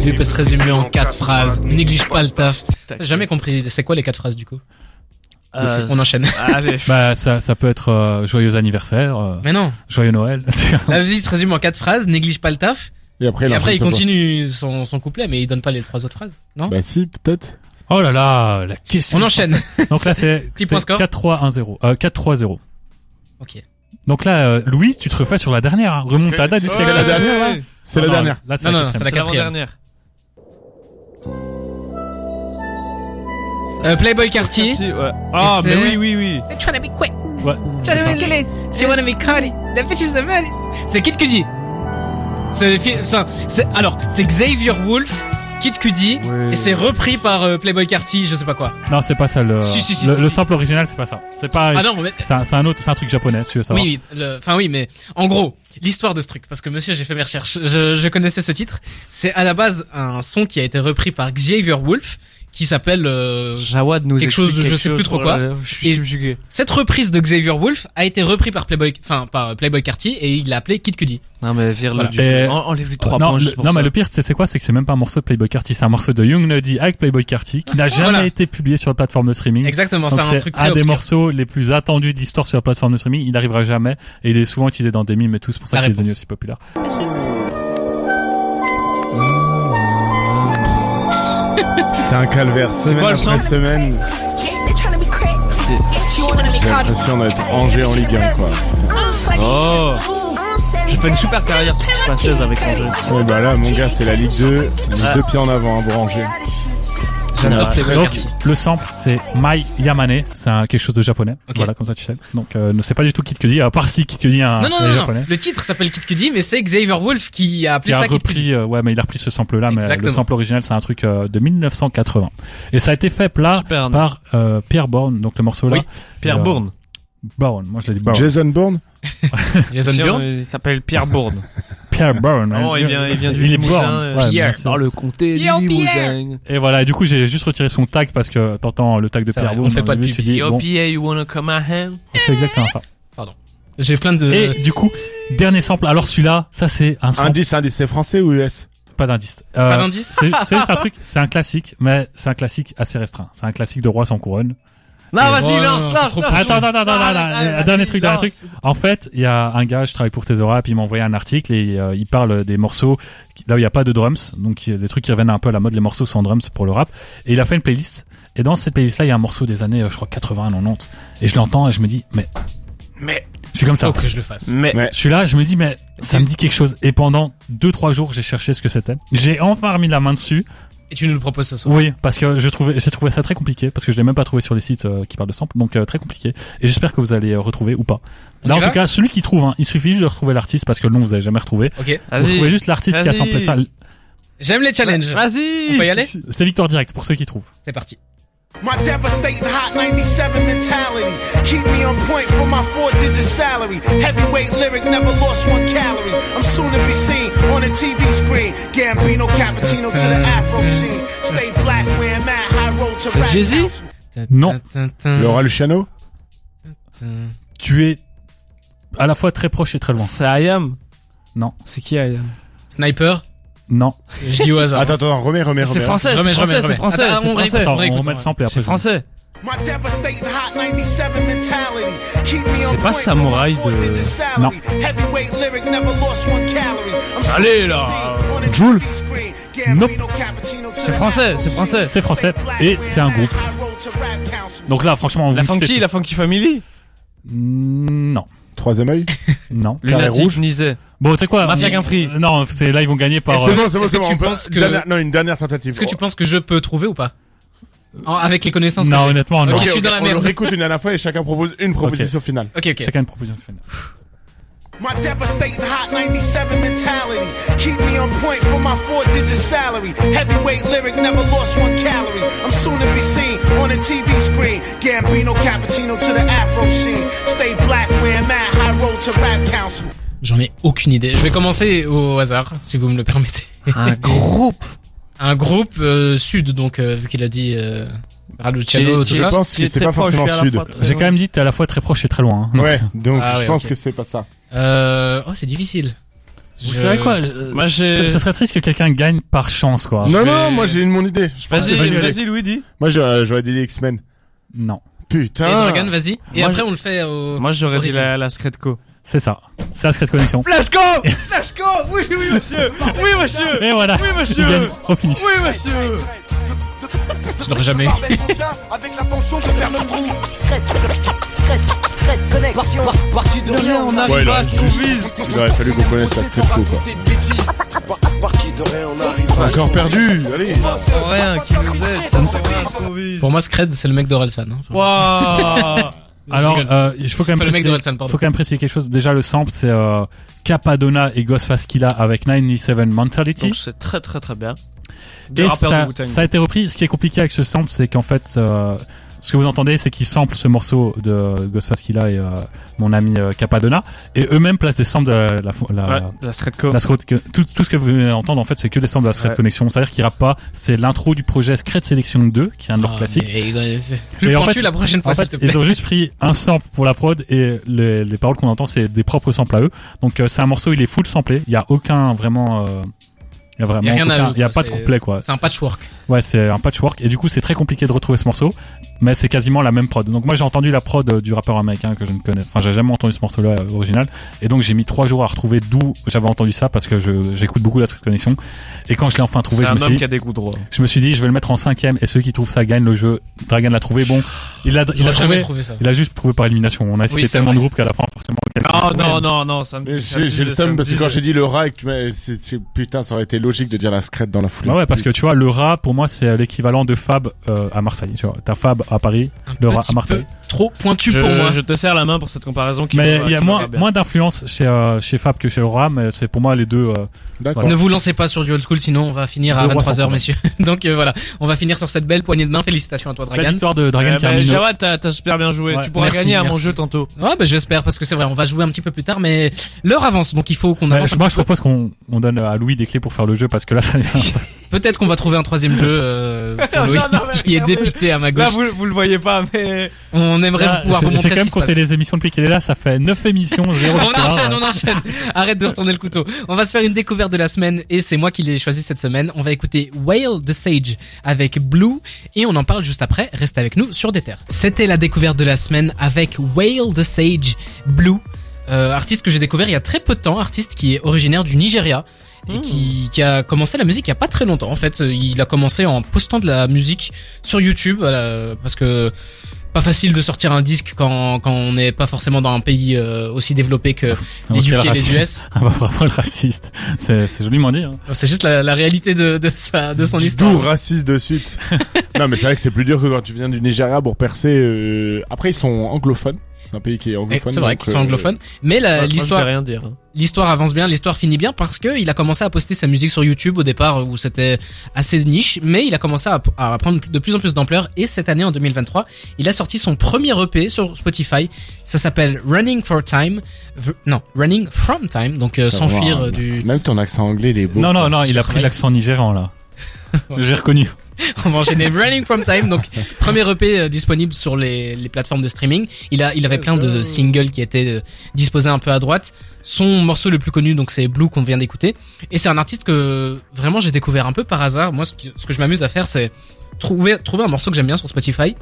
[SPEAKER 2] Il peut se résumer en quatre phrases. Néglige pas le taf. J'ai Jamais compris. C'est quoi les quatre phrases du coup
[SPEAKER 6] Euh,
[SPEAKER 2] On enchaîne.
[SPEAKER 6] Allez.
[SPEAKER 3] Bah, ça, ça peut être euh, joyeux anniversaire, euh,
[SPEAKER 2] Mais non.
[SPEAKER 3] joyeux Noël.
[SPEAKER 2] La vie se résume en quatre phrases. Néglige pas le taf.
[SPEAKER 5] Et après,
[SPEAKER 2] Et
[SPEAKER 5] a
[SPEAKER 2] après, il
[SPEAKER 5] fait ça.
[SPEAKER 2] continue son, son couplet, mais il donne pas les trois autres phrases. Non
[SPEAKER 5] Bah si, peut-être.
[SPEAKER 3] oh là là, la question.
[SPEAKER 2] On enchaîne.
[SPEAKER 3] Donc là, c'est
[SPEAKER 2] Petit
[SPEAKER 3] c'est
[SPEAKER 2] point score.
[SPEAKER 3] 4-3-1-0. Euh, 4-3-0.
[SPEAKER 2] Ok.
[SPEAKER 3] Donc là, euh, Louis, tu te refais sur la dernière, hein. remontada du
[SPEAKER 5] C'est
[SPEAKER 3] siècle.
[SPEAKER 5] la dernière, là
[SPEAKER 3] Non,
[SPEAKER 5] C'est la
[SPEAKER 3] non,
[SPEAKER 5] dernière.
[SPEAKER 3] Là, c'est
[SPEAKER 2] Non,
[SPEAKER 3] la
[SPEAKER 2] non,
[SPEAKER 3] quatrième.
[SPEAKER 2] la
[SPEAKER 6] C'est
[SPEAKER 2] quatrième.
[SPEAKER 6] l'avant-dernière.
[SPEAKER 2] Euh, Playboy Cartier.
[SPEAKER 6] Si, ouais. Ah,
[SPEAKER 2] Et
[SPEAKER 6] mais
[SPEAKER 2] c'est-
[SPEAKER 6] oui, oui, oui.
[SPEAKER 2] They're trying to be quick.
[SPEAKER 3] Ouais.
[SPEAKER 2] Trying to make it. She wanna be caught. That bitch is a man. C'est Kid Cudi. C'est, fi- ça- c'est- alors, c'est Xavier Wolf, Kid Cudi,
[SPEAKER 6] Oui.
[SPEAKER 2] et c'est repris par euh, Playboy Cartier, je sais pas quoi.
[SPEAKER 3] Non, c'est pas ça le.
[SPEAKER 2] Si, si, si,
[SPEAKER 3] le,
[SPEAKER 2] si,
[SPEAKER 3] le
[SPEAKER 2] si.
[SPEAKER 3] sample original, c'est pas ça. C'est pas.
[SPEAKER 2] Ah non, mais
[SPEAKER 3] C'est un, c'est un autre, c'est un truc japonais, si tu veux savoir.
[SPEAKER 2] Oui, oui, le- enfin oui, mais en gros, l'histoire de ce truc, parce que monsieur, j'ai fait mes recherches, je, je connaissais ce titre. C'est à la base un son qui a été repris par Xavier Wolf, qui s'appelle. euh,
[SPEAKER 6] Jawad nous
[SPEAKER 2] Quelque chose de
[SPEAKER 6] explique
[SPEAKER 2] je sais plus trop
[SPEAKER 6] Oh
[SPEAKER 2] quoi.
[SPEAKER 6] là là, Je
[SPEAKER 2] Et-
[SPEAKER 6] suis subjugué.
[SPEAKER 2] cette reprise de Xavier Wolf a été repris par Playboy, enfin par euh, Playboy Cartier, et il l'a appelé Kid Cudi.
[SPEAKER 6] Non, mais vire
[SPEAKER 3] Voilà.
[SPEAKER 6] du
[SPEAKER 3] Et-
[SPEAKER 6] en- Enlève-lui 3
[SPEAKER 3] non,
[SPEAKER 6] points.
[SPEAKER 3] le-
[SPEAKER 6] juste pour
[SPEAKER 3] non, mais
[SPEAKER 6] ça.
[SPEAKER 3] le pire, c'est c'est quoi C'est que c'est même pas un morceau de Playboy Carty, c'est un morceau de Young Nuddy avec Playboy Carty qui n'a jamais
[SPEAKER 2] Ah, Voilà.
[SPEAKER 3] été publié sur la plateforme de streaming.
[SPEAKER 2] Exactement,
[SPEAKER 3] Mm. Donc
[SPEAKER 2] c'est un
[SPEAKER 3] c'est
[SPEAKER 2] truc
[SPEAKER 3] un,
[SPEAKER 2] très
[SPEAKER 3] des
[SPEAKER 2] obscur.
[SPEAKER 3] morceaux les plus attendus d'histoire sur la plateforme de streaming. Il n'arrivera jamais et il est souvent utilisé dans des mimes et tout. C'est pour
[SPEAKER 2] La
[SPEAKER 3] ça qu'il est
[SPEAKER 2] réponse.
[SPEAKER 3] devenu aussi populaire.
[SPEAKER 5] C'est un calvaire, semaine
[SPEAKER 6] pas le
[SPEAKER 5] après
[SPEAKER 6] sens.
[SPEAKER 5] semaine. J'ai l'impression d'être Angers en Ligue 1, quoi.
[SPEAKER 6] Oh. J'ai fait une super carrière sur FIFA 16 avec Angers.
[SPEAKER 5] Ouais, bah là, mon gars, c'est la Ligue 2. Les
[SPEAKER 2] Ah.
[SPEAKER 5] deux pieds en avant, hein, pour Angers.
[SPEAKER 2] J'adore
[SPEAKER 3] Ouais.
[SPEAKER 2] Ah, Playboy
[SPEAKER 3] Donc,
[SPEAKER 2] Cartier.
[SPEAKER 3] le sample, c'est Mai Yamane. C'est un- quelque chose de japonais.
[SPEAKER 2] Ok.
[SPEAKER 3] Voilà, comme ça tu sais. Donc, euh, ne c'est pas du tout Kid Cudi, à part si Kid Cudi est un
[SPEAKER 2] Non, non,
[SPEAKER 3] un
[SPEAKER 2] non, non,
[SPEAKER 3] japonais.
[SPEAKER 2] le titre s'appelle Kid Cudi, mais c'est Xavier Wolf qui a appelé
[SPEAKER 3] Qui a
[SPEAKER 2] ça Kid Cudi.
[SPEAKER 3] repris, euh, ouais, mais il a repris ce sample-là, mais le
[SPEAKER 2] Exactement.
[SPEAKER 3] sample original, c'est un truc euh, de 1980. Et ça a été fait là
[SPEAKER 6] Super.
[SPEAKER 3] par euh, Pierre Bourne, donc le morceau-là.
[SPEAKER 2] Oui.
[SPEAKER 6] Pierre
[SPEAKER 3] Euh,
[SPEAKER 6] Bourne.
[SPEAKER 3] Bourne, moi je l'ai dit Bourne.
[SPEAKER 5] Jason Bourne
[SPEAKER 3] euh,
[SPEAKER 2] Jason
[SPEAKER 6] Tiens,
[SPEAKER 2] Byrne.
[SPEAKER 6] Il s'appelle Pierre Bourne.
[SPEAKER 3] Pierre Bourne.
[SPEAKER 6] Non,
[SPEAKER 3] hein.
[SPEAKER 6] il vient, il vient du
[SPEAKER 3] est
[SPEAKER 6] Limousin.
[SPEAKER 3] Bourne,
[SPEAKER 6] euh,
[SPEAKER 3] ouais, bien
[SPEAKER 2] Pierre.
[SPEAKER 3] sûr.
[SPEAKER 6] Dans le comté du
[SPEAKER 2] Yo, Pierre.
[SPEAKER 6] Limousin.
[SPEAKER 3] Et voilà, et du coup, j'ai juste retiré son tag parce que t'entends le tag de
[SPEAKER 2] C'est
[SPEAKER 3] Pierre
[SPEAKER 2] vrai, on
[SPEAKER 3] Bourne.
[SPEAKER 2] fait
[SPEAKER 3] au
[SPEAKER 2] pas de
[SPEAKER 3] début, tu
[SPEAKER 2] publicité.
[SPEAKER 3] dis,
[SPEAKER 6] Yo,
[SPEAKER 3] bon,
[SPEAKER 6] Pierre, you wanna come my hand?
[SPEAKER 3] c'est exactement ça.
[SPEAKER 2] J'ai plein de...
[SPEAKER 3] Et euh, du coup, dernier sample. Alors celui-là, ça c'est un sample,
[SPEAKER 5] Indice, indice, c'est français ou US
[SPEAKER 3] pas d'indice.
[SPEAKER 2] Pas
[SPEAKER 3] Euh,
[SPEAKER 2] d'indice
[SPEAKER 3] c'est c'est un truc, c'est un classique, mais c'est un classique assez restreint. C'est un classique de roi sans couronne.
[SPEAKER 6] Non,
[SPEAKER 2] Ouais,
[SPEAKER 6] vas-y,
[SPEAKER 2] non,
[SPEAKER 6] lance,
[SPEAKER 2] c'est
[SPEAKER 6] lance,
[SPEAKER 2] trop
[SPEAKER 6] lance.
[SPEAKER 2] Ah,
[SPEAKER 3] Attends, attends, attends, attends,
[SPEAKER 6] Arrête,
[SPEAKER 3] attends,
[SPEAKER 6] arrête,
[SPEAKER 3] un dernier
[SPEAKER 6] vas-y,
[SPEAKER 3] truc, dernier
[SPEAKER 6] lance.
[SPEAKER 3] truc. En fait, il y a un gars, je travaille pour Tesora, puis il m'a envoyé un article et euh, il parle des morceaux qui- là où il n'y a pas de drums, donc il y a des trucs qui reviennent un peu à la mode, les morceaux sans drums pour le rap. Et il a fait une playlist. Et dans cette playlist-là, il y a un morceau des années, euh, je crois, 80, 90. Et je l'entends et je me dis, mais.
[SPEAKER 6] Mais.
[SPEAKER 3] Je suis comme ça.
[SPEAKER 2] Faut que je le fasse.
[SPEAKER 6] Mais.
[SPEAKER 5] Ouais.
[SPEAKER 3] Celui-là, je me dis, mais ça me dit quelque chose. Et pendant deux, trois jours, j'ai cherché ce que c'était. J'ai enfin remis la main dessus.
[SPEAKER 2] Et tu nous le proposes ce soir.
[SPEAKER 3] Oui, parce que je trouvais, j'ai trouvé ça très compliqué, parce que je l'ai même pas trouvé sur les sites euh, qui parlent de samples, donc euh, très compliqué. Et j'espère que vous allez euh, retrouver ou pas.
[SPEAKER 2] On
[SPEAKER 3] Là,
[SPEAKER 2] y
[SPEAKER 3] en
[SPEAKER 2] va
[SPEAKER 3] tout cas, celui qui trouve, hein, il suffit juste de retrouver l'artiste, parce que le nom, vous avez jamais retrouvé.
[SPEAKER 2] Ok.
[SPEAKER 3] Vous trouvez
[SPEAKER 6] Vas-y.
[SPEAKER 3] juste l'artiste qui a
[SPEAKER 6] Vas-y.
[SPEAKER 3] samplé ça.
[SPEAKER 2] J'aime les challenges.
[SPEAKER 6] Vas-y.
[SPEAKER 2] On peut y aller
[SPEAKER 3] C'est victoire directe pour ceux qui trouvent.
[SPEAKER 2] C'est parti.
[SPEAKER 7] My devastating hot 97 mentality. Keep me on point for my four digit salary. Heavyweight lyric, never lost one calorie. I'm soon to be seen on a TV screen. Gambino, cappuccino to the afro scene. Stay black, wear that high road to rap.
[SPEAKER 6] Jay-Z
[SPEAKER 3] Non.
[SPEAKER 2] Hmm.
[SPEAKER 5] Laura Luciano
[SPEAKER 3] Tu es à la fois très proche et très loin.
[SPEAKER 6] C'est Ayam
[SPEAKER 3] Non.
[SPEAKER 6] C'est qui Ayam
[SPEAKER 2] Sniper.
[SPEAKER 3] Non.
[SPEAKER 2] Je dis au hasard.
[SPEAKER 5] Attends, attends, remets, remets,
[SPEAKER 6] C'est
[SPEAKER 5] remets.
[SPEAKER 6] français,
[SPEAKER 2] Je remets,
[SPEAKER 6] c'est
[SPEAKER 2] je remets, je remets.
[SPEAKER 6] français, c'est français,
[SPEAKER 2] Attends,
[SPEAKER 6] c'est
[SPEAKER 2] on
[SPEAKER 6] français.
[SPEAKER 2] réécoute.
[SPEAKER 3] Attends,
[SPEAKER 2] vrai
[SPEAKER 3] on
[SPEAKER 2] qu'on
[SPEAKER 3] remet le
[SPEAKER 2] s'en
[SPEAKER 3] sample et
[SPEAKER 6] C'est
[SPEAKER 3] après. je-
[SPEAKER 6] français.
[SPEAKER 7] My devastating hot 97 mentality. Keep me on
[SPEAKER 6] C'est pas
[SPEAKER 7] point
[SPEAKER 6] samouraï
[SPEAKER 7] for my
[SPEAKER 6] de-
[SPEAKER 7] four-digit salary. Heavyweight lyric, never lost one calorie. I'm soon
[SPEAKER 6] Allez,
[SPEAKER 7] to be
[SPEAKER 6] là.
[SPEAKER 7] seen on a
[SPEAKER 5] Jul.
[SPEAKER 7] TV screen.
[SPEAKER 3] Nope.
[SPEAKER 7] Gambino, cappuccino to
[SPEAKER 6] C'est
[SPEAKER 7] the
[SPEAKER 6] français,
[SPEAKER 7] Afro
[SPEAKER 6] c'est français.
[SPEAKER 7] scene.
[SPEAKER 3] C'est français.
[SPEAKER 7] Stay black,
[SPEAKER 3] Et
[SPEAKER 7] wear
[SPEAKER 3] c'est un
[SPEAKER 7] that
[SPEAKER 3] groupe.
[SPEAKER 7] high road to rap council.
[SPEAKER 3] Donc là, franchement, vous
[SPEAKER 6] La
[SPEAKER 3] le citez
[SPEAKER 6] Funky,
[SPEAKER 3] tout.
[SPEAKER 6] la Funky Family
[SPEAKER 3] Mm, Non.
[SPEAKER 5] Troisième œil
[SPEAKER 3] Non.
[SPEAKER 5] Carré
[SPEAKER 6] Lunatique,
[SPEAKER 5] rouge.
[SPEAKER 6] Nizet.
[SPEAKER 3] Bon, tu sais quoi
[SPEAKER 6] Mafia
[SPEAKER 3] on-
[SPEAKER 6] Quinfri.
[SPEAKER 3] euh, Non, c'est là ils vont gagner par.
[SPEAKER 5] C'est
[SPEAKER 3] euh,
[SPEAKER 5] bon, c'est bon,
[SPEAKER 2] Ah est-ce
[SPEAKER 5] c'est
[SPEAKER 2] que
[SPEAKER 5] bon.
[SPEAKER 2] tu
[SPEAKER 5] on peut-
[SPEAKER 2] penses que-
[SPEAKER 5] dernière- Non, une dernière tentative.
[SPEAKER 2] Est-ce que tu penses que je peux trouver ou pas En- Avec les connaissances
[SPEAKER 3] Non,
[SPEAKER 2] que j'ai.
[SPEAKER 3] honnêtement, non.
[SPEAKER 2] Ok. je suis dans la
[SPEAKER 5] on
[SPEAKER 2] merde.
[SPEAKER 5] le réécoute une dernière fois et chacun propose une proposition finale.
[SPEAKER 2] Ok, ok.
[SPEAKER 3] Chacun une proposition.
[SPEAKER 7] My devastating hot 97 mentality. Keep me on point for my four digit salary. Heavyweight lyric, never lost one calorie. I'm soon to be seen on a TV screen. Gambino, cappuccino to the afro scene. Stay black, wear that high road to rap council.
[SPEAKER 2] J'en ai aucune idée. Je vais commencer au hasard, si vous me le permettez.
[SPEAKER 6] Un groupe.
[SPEAKER 2] Un groupe euh, sud, donc euh, vu qu'il a dit euh, Raluciano, tout
[SPEAKER 5] Je
[SPEAKER 2] ça.
[SPEAKER 5] pense que c'est pas forcément sud.
[SPEAKER 3] J'ai quand même dit t'es à la fois très proche et très loin. hein.
[SPEAKER 5] Ouais, donc
[SPEAKER 2] Ah
[SPEAKER 5] je
[SPEAKER 2] ouais,
[SPEAKER 5] pense
[SPEAKER 2] ok.
[SPEAKER 5] que c'est pas ça.
[SPEAKER 2] Euh... Oh, c'est difficile.
[SPEAKER 3] Vous
[SPEAKER 2] Je-
[SPEAKER 3] savez quoi euh,
[SPEAKER 6] Moi
[SPEAKER 3] ce,
[SPEAKER 6] j'ai.
[SPEAKER 3] ce serait triste que quelqu'un gagne par chance, quoi.
[SPEAKER 5] Non,
[SPEAKER 2] vais-
[SPEAKER 5] non, moi j'ai une mon idée. Je pense que je vais
[SPEAKER 6] Vas-y,
[SPEAKER 5] y aller.
[SPEAKER 6] vas-y, Louis, dis.
[SPEAKER 5] Moi j'aurais j'aurais dit les X-Men.
[SPEAKER 3] Non.
[SPEAKER 2] Et
[SPEAKER 5] Putain.
[SPEAKER 3] Ah.
[SPEAKER 2] Dragon, vas-y. Et
[SPEAKER 6] Moi,
[SPEAKER 2] après,
[SPEAKER 6] je-
[SPEAKER 2] on le fait au...
[SPEAKER 6] Moi j'aurais dit
[SPEAKER 2] Horrible.
[SPEAKER 6] la, la Scredco.
[SPEAKER 3] C'est ça. C'est la secret connexion.
[SPEAKER 6] Let's go Let's go Ah, Oui, oui, monsieur Oui, monsieur
[SPEAKER 3] Et voilà.
[SPEAKER 6] Oui,
[SPEAKER 3] Il
[SPEAKER 6] monsieur
[SPEAKER 3] gagne au finish.
[SPEAKER 6] Oui, monsieur
[SPEAKER 2] Je l'aurais jamais eu.
[SPEAKER 7] Avec l'intention de faire le trou.
[SPEAKER 8] Parti de
[SPEAKER 6] Damien,
[SPEAKER 8] rien,
[SPEAKER 6] Eh, on
[SPEAKER 8] on
[SPEAKER 5] Ouais,
[SPEAKER 6] arrive
[SPEAKER 5] il
[SPEAKER 6] pas à
[SPEAKER 5] aurait
[SPEAKER 6] ce
[SPEAKER 5] dû.
[SPEAKER 6] qu'on vise
[SPEAKER 5] Il aurait fallu qu'on connaisse la strip crew, quoi.
[SPEAKER 8] Parti de rien, on arrive
[SPEAKER 5] Encore perdu, allez
[SPEAKER 6] Rien, qui nous aide, ça me fait rien, ce qu'on vise.
[SPEAKER 2] Pour moi, Scred, c'est le mec d'Orelsan. hein. Enfin,
[SPEAKER 6] Waouh
[SPEAKER 3] Alors,
[SPEAKER 2] rigole.
[SPEAKER 3] euh, il faut quand même
[SPEAKER 2] Enfin, le mec
[SPEAKER 3] préciser-
[SPEAKER 2] d'Orelsan, pardon.
[SPEAKER 3] faut quand même préciser quelque chose. Déjà, le sample, c'est euh, Capadonna et Ghostface Killah avec 97 Mentality.
[SPEAKER 6] Donc c'est très très très bien. Deux
[SPEAKER 3] Et
[SPEAKER 6] rappeurs
[SPEAKER 3] ça,
[SPEAKER 6] de Wu-Tang.
[SPEAKER 3] ça a été repris. Ce qui est compliqué avec ce sample, c'est qu'en fait, euh, ce que vous entendez, c'est qu'ils samplent ce morceau de Ghostface Killah et euh, mon ami euh, Capadonna, et eux-mêmes placent des samples de la, la, la-
[SPEAKER 6] Ouais, la Stratco.
[SPEAKER 3] la Scred que- tout, tout ce que vous venez d'entendre, en fait, c'est que des samples de la Scred
[SPEAKER 6] Ouais.
[SPEAKER 3] Connection. C'est-à-dire qu'ils rappent pas. C'est l'intro du projet Scred Selection 2, qui est un de leurs
[SPEAKER 2] ah,
[SPEAKER 3] classiques.
[SPEAKER 2] mais, euh, Plus
[SPEAKER 3] Et en
[SPEAKER 2] pointu
[SPEAKER 3] fait,
[SPEAKER 2] la prochaine fois,
[SPEAKER 3] En
[SPEAKER 2] s'il
[SPEAKER 3] fait,
[SPEAKER 2] te plaît.
[SPEAKER 3] ils ont juste pris un sample pour la prod et les, les paroles qu'on entend, c'est des propres samples à eux. Donc euh, c'est un morceau, il est full samplé. Il y a aucun vraiment, euh, il y a vraiment,
[SPEAKER 2] Il y a rien à
[SPEAKER 3] aucun-
[SPEAKER 2] eux,
[SPEAKER 3] il y a
[SPEAKER 2] quoi.
[SPEAKER 3] pas de
[SPEAKER 2] C'est-
[SPEAKER 3] couplet quoi.
[SPEAKER 2] C'est un patchwork.
[SPEAKER 3] Ouais, c'est un patchwork et du coup c'est très compliqué de retrouver ce morceau, mais c'est quasiment la même prod. Donc moi j'ai entendu la prod euh, du rappeur américain que je ne connais, enfin j'ai jamais entendu ce morceau-là euh, original, et donc j'ai mis trois jours à retrouver d'où j'avais entendu ça parce que je- j'écoute beaucoup la Street Connection. Et quand je l'ai enfin trouvé,
[SPEAKER 6] C'est
[SPEAKER 3] je
[SPEAKER 6] un
[SPEAKER 3] me suis
[SPEAKER 6] homme
[SPEAKER 3] dit,
[SPEAKER 6] qui a des goûts droits.
[SPEAKER 3] je me suis dit, je vais le mettre en cinquième et ceux qui trouvent ça gagnent le jeu. Dragan l'a trouvé. Bon, il l'a, il
[SPEAKER 2] J'aurais
[SPEAKER 3] l'a
[SPEAKER 2] jamais
[SPEAKER 3] trouvé.
[SPEAKER 2] trouvé ça.
[SPEAKER 3] Il a juste trouvé par élimination. On a cité
[SPEAKER 2] c'est
[SPEAKER 3] tellement
[SPEAKER 2] vrai.
[SPEAKER 3] de groupes qu'à la fin, forcément.
[SPEAKER 6] Non, non, non, non, ça me
[SPEAKER 5] Mais
[SPEAKER 6] dit- ça me
[SPEAKER 5] J'ai j'ai le
[SPEAKER 6] disait, ça
[SPEAKER 5] seum
[SPEAKER 6] me
[SPEAKER 5] parce que quand
[SPEAKER 6] disait.
[SPEAKER 5] j'ai dit le rat et que tu m'as. c'est- c'est- Putain, ça aurait été logique de dire la scrète dans la foulée.
[SPEAKER 3] Bah ouais, parce que tu vois, le rat, pour moi, c'est l'équivalent de Fab euh, à Marseille. Tu vois, t'as Fab à Paris, le rat
[SPEAKER 2] Petit
[SPEAKER 3] à Marseille.
[SPEAKER 2] peu Trop pointu
[SPEAKER 6] je,
[SPEAKER 2] pour moi.
[SPEAKER 6] je te serre la main pour cette comparaison qui
[SPEAKER 3] Mais
[SPEAKER 6] me-
[SPEAKER 3] il y a
[SPEAKER 6] qui me
[SPEAKER 3] moins,
[SPEAKER 6] fait bien.
[SPEAKER 3] moins d'influence chez, euh, chez Fab que chez le rat, mais c'est pour moi les deux. euh,
[SPEAKER 5] D'accord.
[SPEAKER 2] Ne vous lancez pas sur du old school, sinon on va finir à
[SPEAKER 3] Le roi sans
[SPEAKER 2] 23h,
[SPEAKER 3] problème.
[SPEAKER 2] messieurs. Donc euh, voilà, on va finir sur cette belle poignée de main. Félicitations à toi,
[SPEAKER 3] la
[SPEAKER 2] Dragan.
[SPEAKER 3] victoire de
[SPEAKER 6] Euh,
[SPEAKER 3] Dragan
[SPEAKER 6] mais
[SPEAKER 3] Carmino.
[SPEAKER 6] Jawad, t'as t'as super bien joué.
[SPEAKER 3] Ouais.
[SPEAKER 6] Tu pourras
[SPEAKER 2] Merci,
[SPEAKER 6] gagner à mon
[SPEAKER 2] merci.
[SPEAKER 6] jeu tantôt.
[SPEAKER 2] Ouais, bah, j'espère parce que c'est vrai, on va jouer un petit peu plus tard, mais l'heure avance, donc il faut qu'on
[SPEAKER 3] Ouais,
[SPEAKER 2] avance. un
[SPEAKER 3] moi,
[SPEAKER 2] petit
[SPEAKER 3] je propose qu'on on donne à Louis des clés pour faire le jeu parce que là, ça devient-
[SPEAKER 2] peu. Peut-être qu'on va trouver un troisième jeu euh, pour
[SPEAKER 6] Non,
[SPEAKER 2] Loïc,
[SPEAKER 6] non, mais
[SPEAKER 2] qui est
[SPEAKER 6] regardez.
[SPEAKER 2] dépité à ma
[SPEAKER 6] Là,
[SPEAKER 2] gauche.
[SPEAKER 6] Bah, vous, vous le voyez pas, mais.
[SPEAKER 2] On aimerait
[SPEAKER 3] Là,
[SPEAKER 2] vous pouvoir
[SPEAKER 3] j'ai-
[SPEAKER 2] vous
[SPEAKER 3] J'ai
[SPEAKER 2] montrer
[SPEAKER 3] quand
[SPEAKER 2] ce
[SPEAKER 3] même
[SPEAKER 2] qui se
[SPEAKER 3] compté
[SPEAKER 2] passe.
[SPEAKER 3] les émissions depuis qu'il est là. Ça fait 9 émissions, euh, 0
[SPEAKER 2] On enchaîne, on enchaîne. Arrête de retourner le couteau. On va se faire une découverte de la semaine et c'est moi qui l'ai choisi cette semaine. On va écouter Whale the Sage avec Blue et on en parle juste après. Reste avec nous sur des terres. C'était la découverte de la semaine avec Whale the Sage Blue. Euh, artiste que j'ai découvert il y a très peu de temps, artiste qui est originaire du Nigeria et qui, qui a commencé la musique il y a pas très longtemps en fait. Il a commencé en postant de la musique sur YouTube euh, parce que pas facile de sortir un disque quand, quand on n'est pas forcément dans un pays euh, aussi développé que les
[SPEAKER 3] Quel
[SPEAKER 2] UK et
[SPEAKER 3] raciste.
[SPEAKER 2] les US.
[SPEAKER 3] Ah bah bravo le raciste, c'est c'est joliment dit. Hein.
[SPEAKER 2] C'est juste la, la réalité de, de, sa, de son
[SPEAKER 5] D'où
[SPEAKER 2] histoire.
[SPEAKER 5] raciste de suite. non, mais c'est vrai que c'est plus dur que quand tu viens du Nigeria pour percer. euh, Après, ils sont anglophones. C'est un pays qui est
[SPEAKER 2] Et
[SPEAKER 5] anglophone.
[SPEAKER 2] C'est vrai
[SPEAKER 5] donc,
[SPEAKER 2] qu'ils sont
[SPEAKER 5] euh,
[SPEAKER 2] anglophones, mais la-
[SPEAKER 6] Moi, je vais
[SPEAKER 2] l'histoire
[SPEAKER 6] rien dire.
[SPEAKER 2] l'histoire avance bien, l'histoire finit bien parce que il a commencé à poster sa musique sur YouTube au départ où c'était assez niche, mais il a commencé à, à prendre de plus en plus d'ampleur et cette année en 2023, il a sorti son premier EP sur Spotify. Ça s'appelle Running for Time, v- non Running from Time, donc euh,
[SPEAKER 5] Ça
[SPEAKER 2] s'enfuir
[SPEAKER 5] va,
[SPEAKER 2] euh, du.
[SPEAKER 5] Même ton accent anglais, il est beau.
[SPEAKER 3] Non non non,
[SPEAKER 2] je
[SPEAKER 3] il a pris
[SPEAKER 2] travaille.
[SPEAKER 3] l'accent nigérian là. J'ai reconnu.
[SPEAKER 2] On va enchaîner Running From Time, donc premier EP euh, disponible sur les, les plateformes de streaming. Il, a, il avait plein de singles qui étaient euh, disposés un peu à droite. Son morceau le plus connu, donc c'est Blue qu'on vient d'écouter. Et c'est un artiste que vraiment j'ai découvert un peu par hasard. Moi, ce que, ce que je m'amuse à faire, c'est trouver, trouver un morceau que j'aime bien sur Spotify.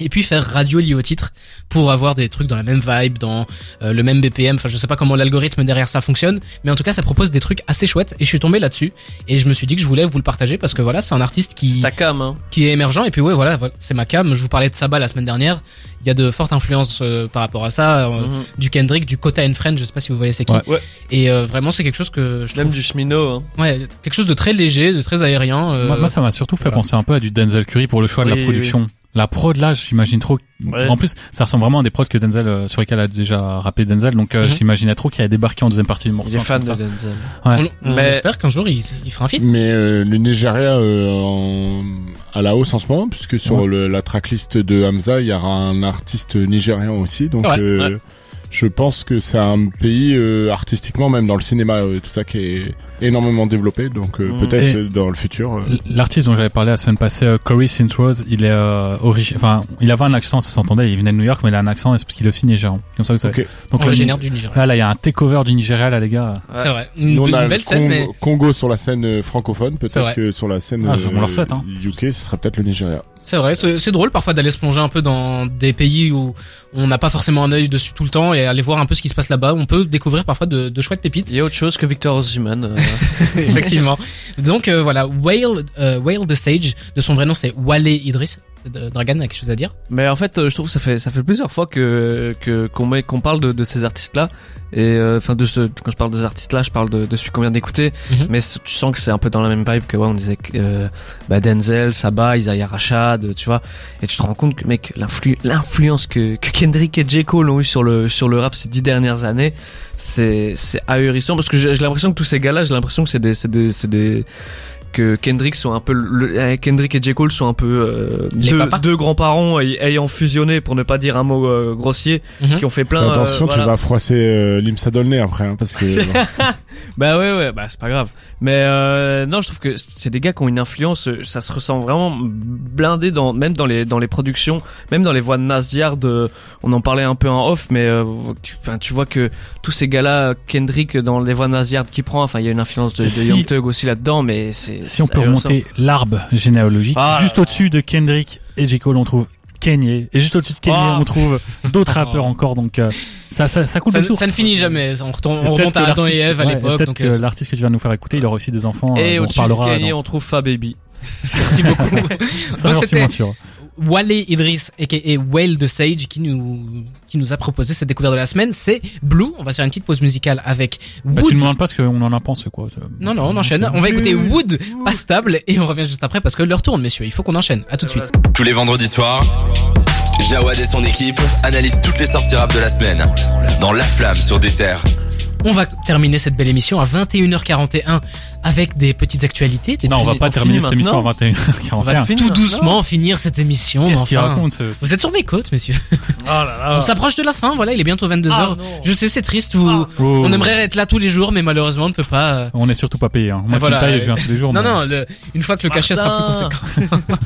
[SPEAKER 2] Et puis faire radio lié au titre pour avoir des trucs dans la même vibe, dans euh, le même BPM. Enfin, je sais pas comment l'algorithme derrière ça fonctionne, mais en tout cas, ça propose des trucs assez chouettes. Et je suis tombé là-dessus et je me suis dit que je voulais vous le partager parce que voilà, c'est un artiste qui
[SPEAKER 6] C'est ta cam, hein.
[SPEAKER 2] qui est émergent et puis ouais voilà voilà, c'est ma cam je vous parlais de Saba la semaine dernière il y a de fortes influences euh, par rapport à ça euh,
[SPEAKER 6] Mhm.
[SPEAKER 2] du Kendrick du Kota and Friend je sais pas si vous voyez c'est qui
[SPEAKER 3] Ouais.
[SPEAKER 6] Ouais.
[SPEAKER 2] et euh, vraiment c'est quelque chose que je
[SPEAKER 6] Même
[SPEAKER 2] trouve
[SPEAKER 6] du cheminot, hein.
[SPEAKER 2] ouais quelque chose de très léger de très aérien euh,
[SPEAKER 3] Moi, moi, ça m'a surtout fait
[SPEAKER 6] voilà.
[SPEAKER 3] penser un peu à du Denzel Curry pour le choix de
[SPEAKER 6] Oui,
[SPEAKER 3] la
[SPEAKER 6] oui,
[SPEAKER 3] production. La prod là, j'imagine trop.
[SPEAKER 6] Ouais.
[SPEAKER 3] En plus, ça ressemble vraiment à des prods que Denzel euh, sur lesquels a déjà rappé Denzel. Donc euh,
[SPEAKER 2] Mhm.
[SPEAKER 3] j'imaginais trop qu'il a débarqué en deuxième partie du morceau.
[SPEAKER 6] Il est
[SPEAKER 3] un
[SPEAKER 6] fan
[SPEAKER 3] truc
[SPEAKER 6] de
[SPEAKER 3] comme ça.
[SPEAKER 6] Denzel.
[SPEAKER 2] on, on
[SPEAKER 6] Mais-
[SPEAKER 2] espère qu'un jour il, il fera un feat
[SPEAKER 5] Mais euh, le Nigeria euh, en- à la hausse en ce moment, puisque sur
[SPEAKER 3] Ouais.
[SPEAKER 5] le- la tracklist de Hamza, il y aura un artiste nigérian aussi. Donc,
[SPEAKER 2] Ouais,
[SPEAKER 5] euh, je pense que c'est un pays euh, artistiquement, même dans le cinéma, euh, tout ça, qui est énormément développé. Donc, euh,
[SPEAKER 6] Mm.
[SPEAKER 5] peut-être
[SPEAKER 3] Et-
[SPEAKER 5] euh, dans le futur. euh,
[SPEAKER 3] L- L'artiste dont j'avais parlé la semaine passée, euh, Corey Sintrose, il est euh, origi- enfin, il avait un accent, ça s'entendait, il venait de New York, mais il a un accent, est-ce qu'il est aussi nigérian Comme ça, vous savez.
[SPEAKER 5] Ok.
[SPEAKER 3] Donc euh, le-
[SPEAKER 2] originaire du Nigeria
[SPEAKER 3] Là, là, il y a un takeover du Nigeria, là, les gars.
[SPEAKER 2] c'est vrai une,
[SPEAKER 5] Nous, on
[SPEAKER 2] une
[SPEAKER 5] a le
[SPEAKER 2] belle scène
[SPEAKER 5] Cong-
[SPEAKER 2] mais
[SPEAKER 5] Congo sur la scène euh, francophone,
[SPEAKER 2] C'est vrai.
[SPEAKER 5] peut-être que sur la scène
[SPEAKER 3] Ah, je- on leur souhaite, hein.
[SPEAKER 5] UK, ce serait peut-être le Nigeria.
[SPEAKER 2] c'est vrai c'est c'est drôle parfois d'aller se plonger un peu dans des pays où on n'a pas forcément un œil dessus tout le temps et aller voir un peu ce qui se passe là-bas on peut découvrir parfois de, de chouettes pépites
[SPEAKER 6] Il y a autre chose que Victor Osimhen. euh,
[SPEAKER 2] Effectivement. Donc euh, voilà, Whale, euh, Whale the Sage, de son vrai nom c'est Wale Idris, Euh, Dragan a quelque chose à dire
[SPEAKER 6] Mais en fait, euh, je trouve que ça fait ça fait plusieurs fois que que- qu'on met- qu'on parle de, de ces artistes-là et euh, enfin de ce quand je parle des artistes-là, je parle de, de celui qu'on vient d'écouter.
[SPEAKER 2] Mhm.
[SPEAKER 6] Mais c- tu sens que c'est un peu dans la même vibe que ouais, on disait que, euh, bah, Denzel, Saba, Isaiah Rashad, euh, tu vois. Et tu te rends compte que mec, l'influ- l'influence que, que Kendrick et J Cole ont eu sur le sur le rap ces dix dernières années, c'est c'est ahurissant parce que j'ai j'ai l'impression que tous ces gars-là, j'ai l'impression que c'est des c'est des c'est des que Kendrick sont un peu le- euh, Kendrick et J Cole sont un peu euh,
[SPEAKER 2] Les
[SPEAKER 6] deux,
[SPEAKER 2] papas.
[SPEAKER 6] deux grands-parents ay- ayant fusionné pour ne pas dire un mot euh, grossier
[SPEAKER 2] Mhm.
[SPEAKER 6] qui ont fait plein
[SPEAKER 5] Fais attention,
[SPEAKER 6] euh, voilà.
[SPEAKER 5] tu vas froisser euh, Limsa dans le nez après, hein, parce que
[SPEAKER 6] Bah ouais ouais, bah c'est pas grave. Mais euh, non, je trouve que c'est des gars qui ont une influence, euh, ça se ressent vraiment blindé dans même dans les dans les productions, même dans les voix de Nasdiard, euh, on en parlait un peu en off mais euh, tu, enfin, tu vois que tous ces gars-là Kendrick dans les voix de Nasdiard qui prend, enfin il y a une influence de, de
[SPEAKER 3] Si-
[SPEAKER 6] Young Thug aussi là-dedans mais c'est
[SPEAKER 3] Si on
[SPEAKER 6] c'est
[SPEAKER 3] peut
[SPEAKER 6] ahurissant.
[SPEAKER 3] remonter l'arbre généalogique,
[SPEAKER 6] Ah là
[SPEAKER 3] juste
[SPEAKER 6] là.
[SPEAKER 3] au-dessus de Kendrick et J. Cole, on trouve Kanye. Et juste au-dessus de Kanye,
[SPEAKER 6] Ah.
[SPEAKER 3] on trouve d'autres rappeurs encore. Donc euh, ça, ça, ça coule
[SPEAKER 2] ça,
[SPEAKER 3] de
[SPEAKER 2] ne-
[SPEAKER 3] source.
[SPEAKER 2] ça ne finit jamais. ça, On, retourne-
[SPEAKER 3] Et
[SPEAKER 2] on remonte
[SPEAKER 3] peut-être que
[SPEAKER 2] à Adam et
[SPEAKER 3] l'artiste-
[SPEAKER 2] Ève à
[SPEAKER 3] ouais,
[SPEAKER 2] l'époque.
[SPEAKER 3] Peut-être
[SPEAKER 2] donc,
[SPEAKER 3] que
[SPEAKER 2] euh,
[SPEAKER 3] l'artiste que tu vas nous faire écouter, il aura aussi des enfants.
[SPEAKER 6] Et
[SPEAKER 3] euh, dont on
[SPEAKER 6] au-dessus de
[SPEAKER 3] parlera.
[SPEAKER 6] Kanye,
[SPEAKER 3] dans-
[SPEAKER 6] on trouve Fab Baby.
[SPEAKER 2] merci beaucoup.
[SPEAKER 3] Ça,
[SPEAKER 2] Donc,
[SPEAKER 3] j'en suis
[SPEAKER 2] c'était
[SPEAKER 3] moins sûr.
[SPEAKER 2] Wally Idris et Whale de Sage qui nous qui nous a proposé cette découverte de la semaine. C'est Blue. On va se faire une petite pause musicale avec
[SPEAKER 3] Bah,
[SPEAKER 2] Wood.
[SPEAKER 3] tu ne me demandes pas ce qu'on en a pensé, quoi. Ça-
[SPEAKER 2] non non, on enchaîne. On va écouter Wood, pas stable, et on revient juste après parce que l'heure tourne, messieurs. Il faut qu'on enchaîne. À tout de suite.
[SPEAKER 1] Tous les vendredis soirs, Jawad et son équipe analysent toutes les sorties rap de la semaine dans La Flamme sur des terres.
[SPEAKER 2] On va terminer cette belle émission à 21h41 avec des petites actualités. des
[SPEAKER 3] Non, on va
[SPEAKER 2] petits-
[SPEAKER 3] pas
[SPEAKER 6] on
[SPEAKER 3] terminer
[SPEAKER 6] finit
[SPEAKER 3] cette émission à
[SPEAKER 6] maintenant
[SPEAKER 3] 21h41.
[SPEAKER 2] on va
[SPEAKER 6] finir.
[SPEAKER 2] tout doucement finir cette émission. mais
[SPEAKER 3] Qu'est-ce qu'il
[SPEAKER 2] enfin.
[SPEAKER 3] raconte ce...
[SPEAKER 2] Vous êtes sur mes côtes, messieurs.
[SPEAKER 6] Oh là là.
[SPEAKER 2] On s'approche de la fin. Voilà, il est bientôt 22h.
[SPEAKER 6] Ah, non.
[SPEAKER 2] Je sais, c'est triste. vous-
[SPEAKER 3] Oh.
[SPEAKER 2] On aimerait être là tous les jours, mais malheureusement, on ne peut pas. euh,
[SPEAKER 3] On est surtout pas payé. Hein. Moi,
[SPEAKER 2] voilà,
[SPEAKER 3] je me paye,
[SPEAKER 2] euh,
[SPEAKER 3] je viens tous les jours.
[SPEAKER 2] Non,
[SPEAKER 3] Oh, mais-
[SPEAKER 2] non, le- une fois que le cachet sera
[SPEAKER 6] Martin.
[SPEAKER 2] plus conséquent.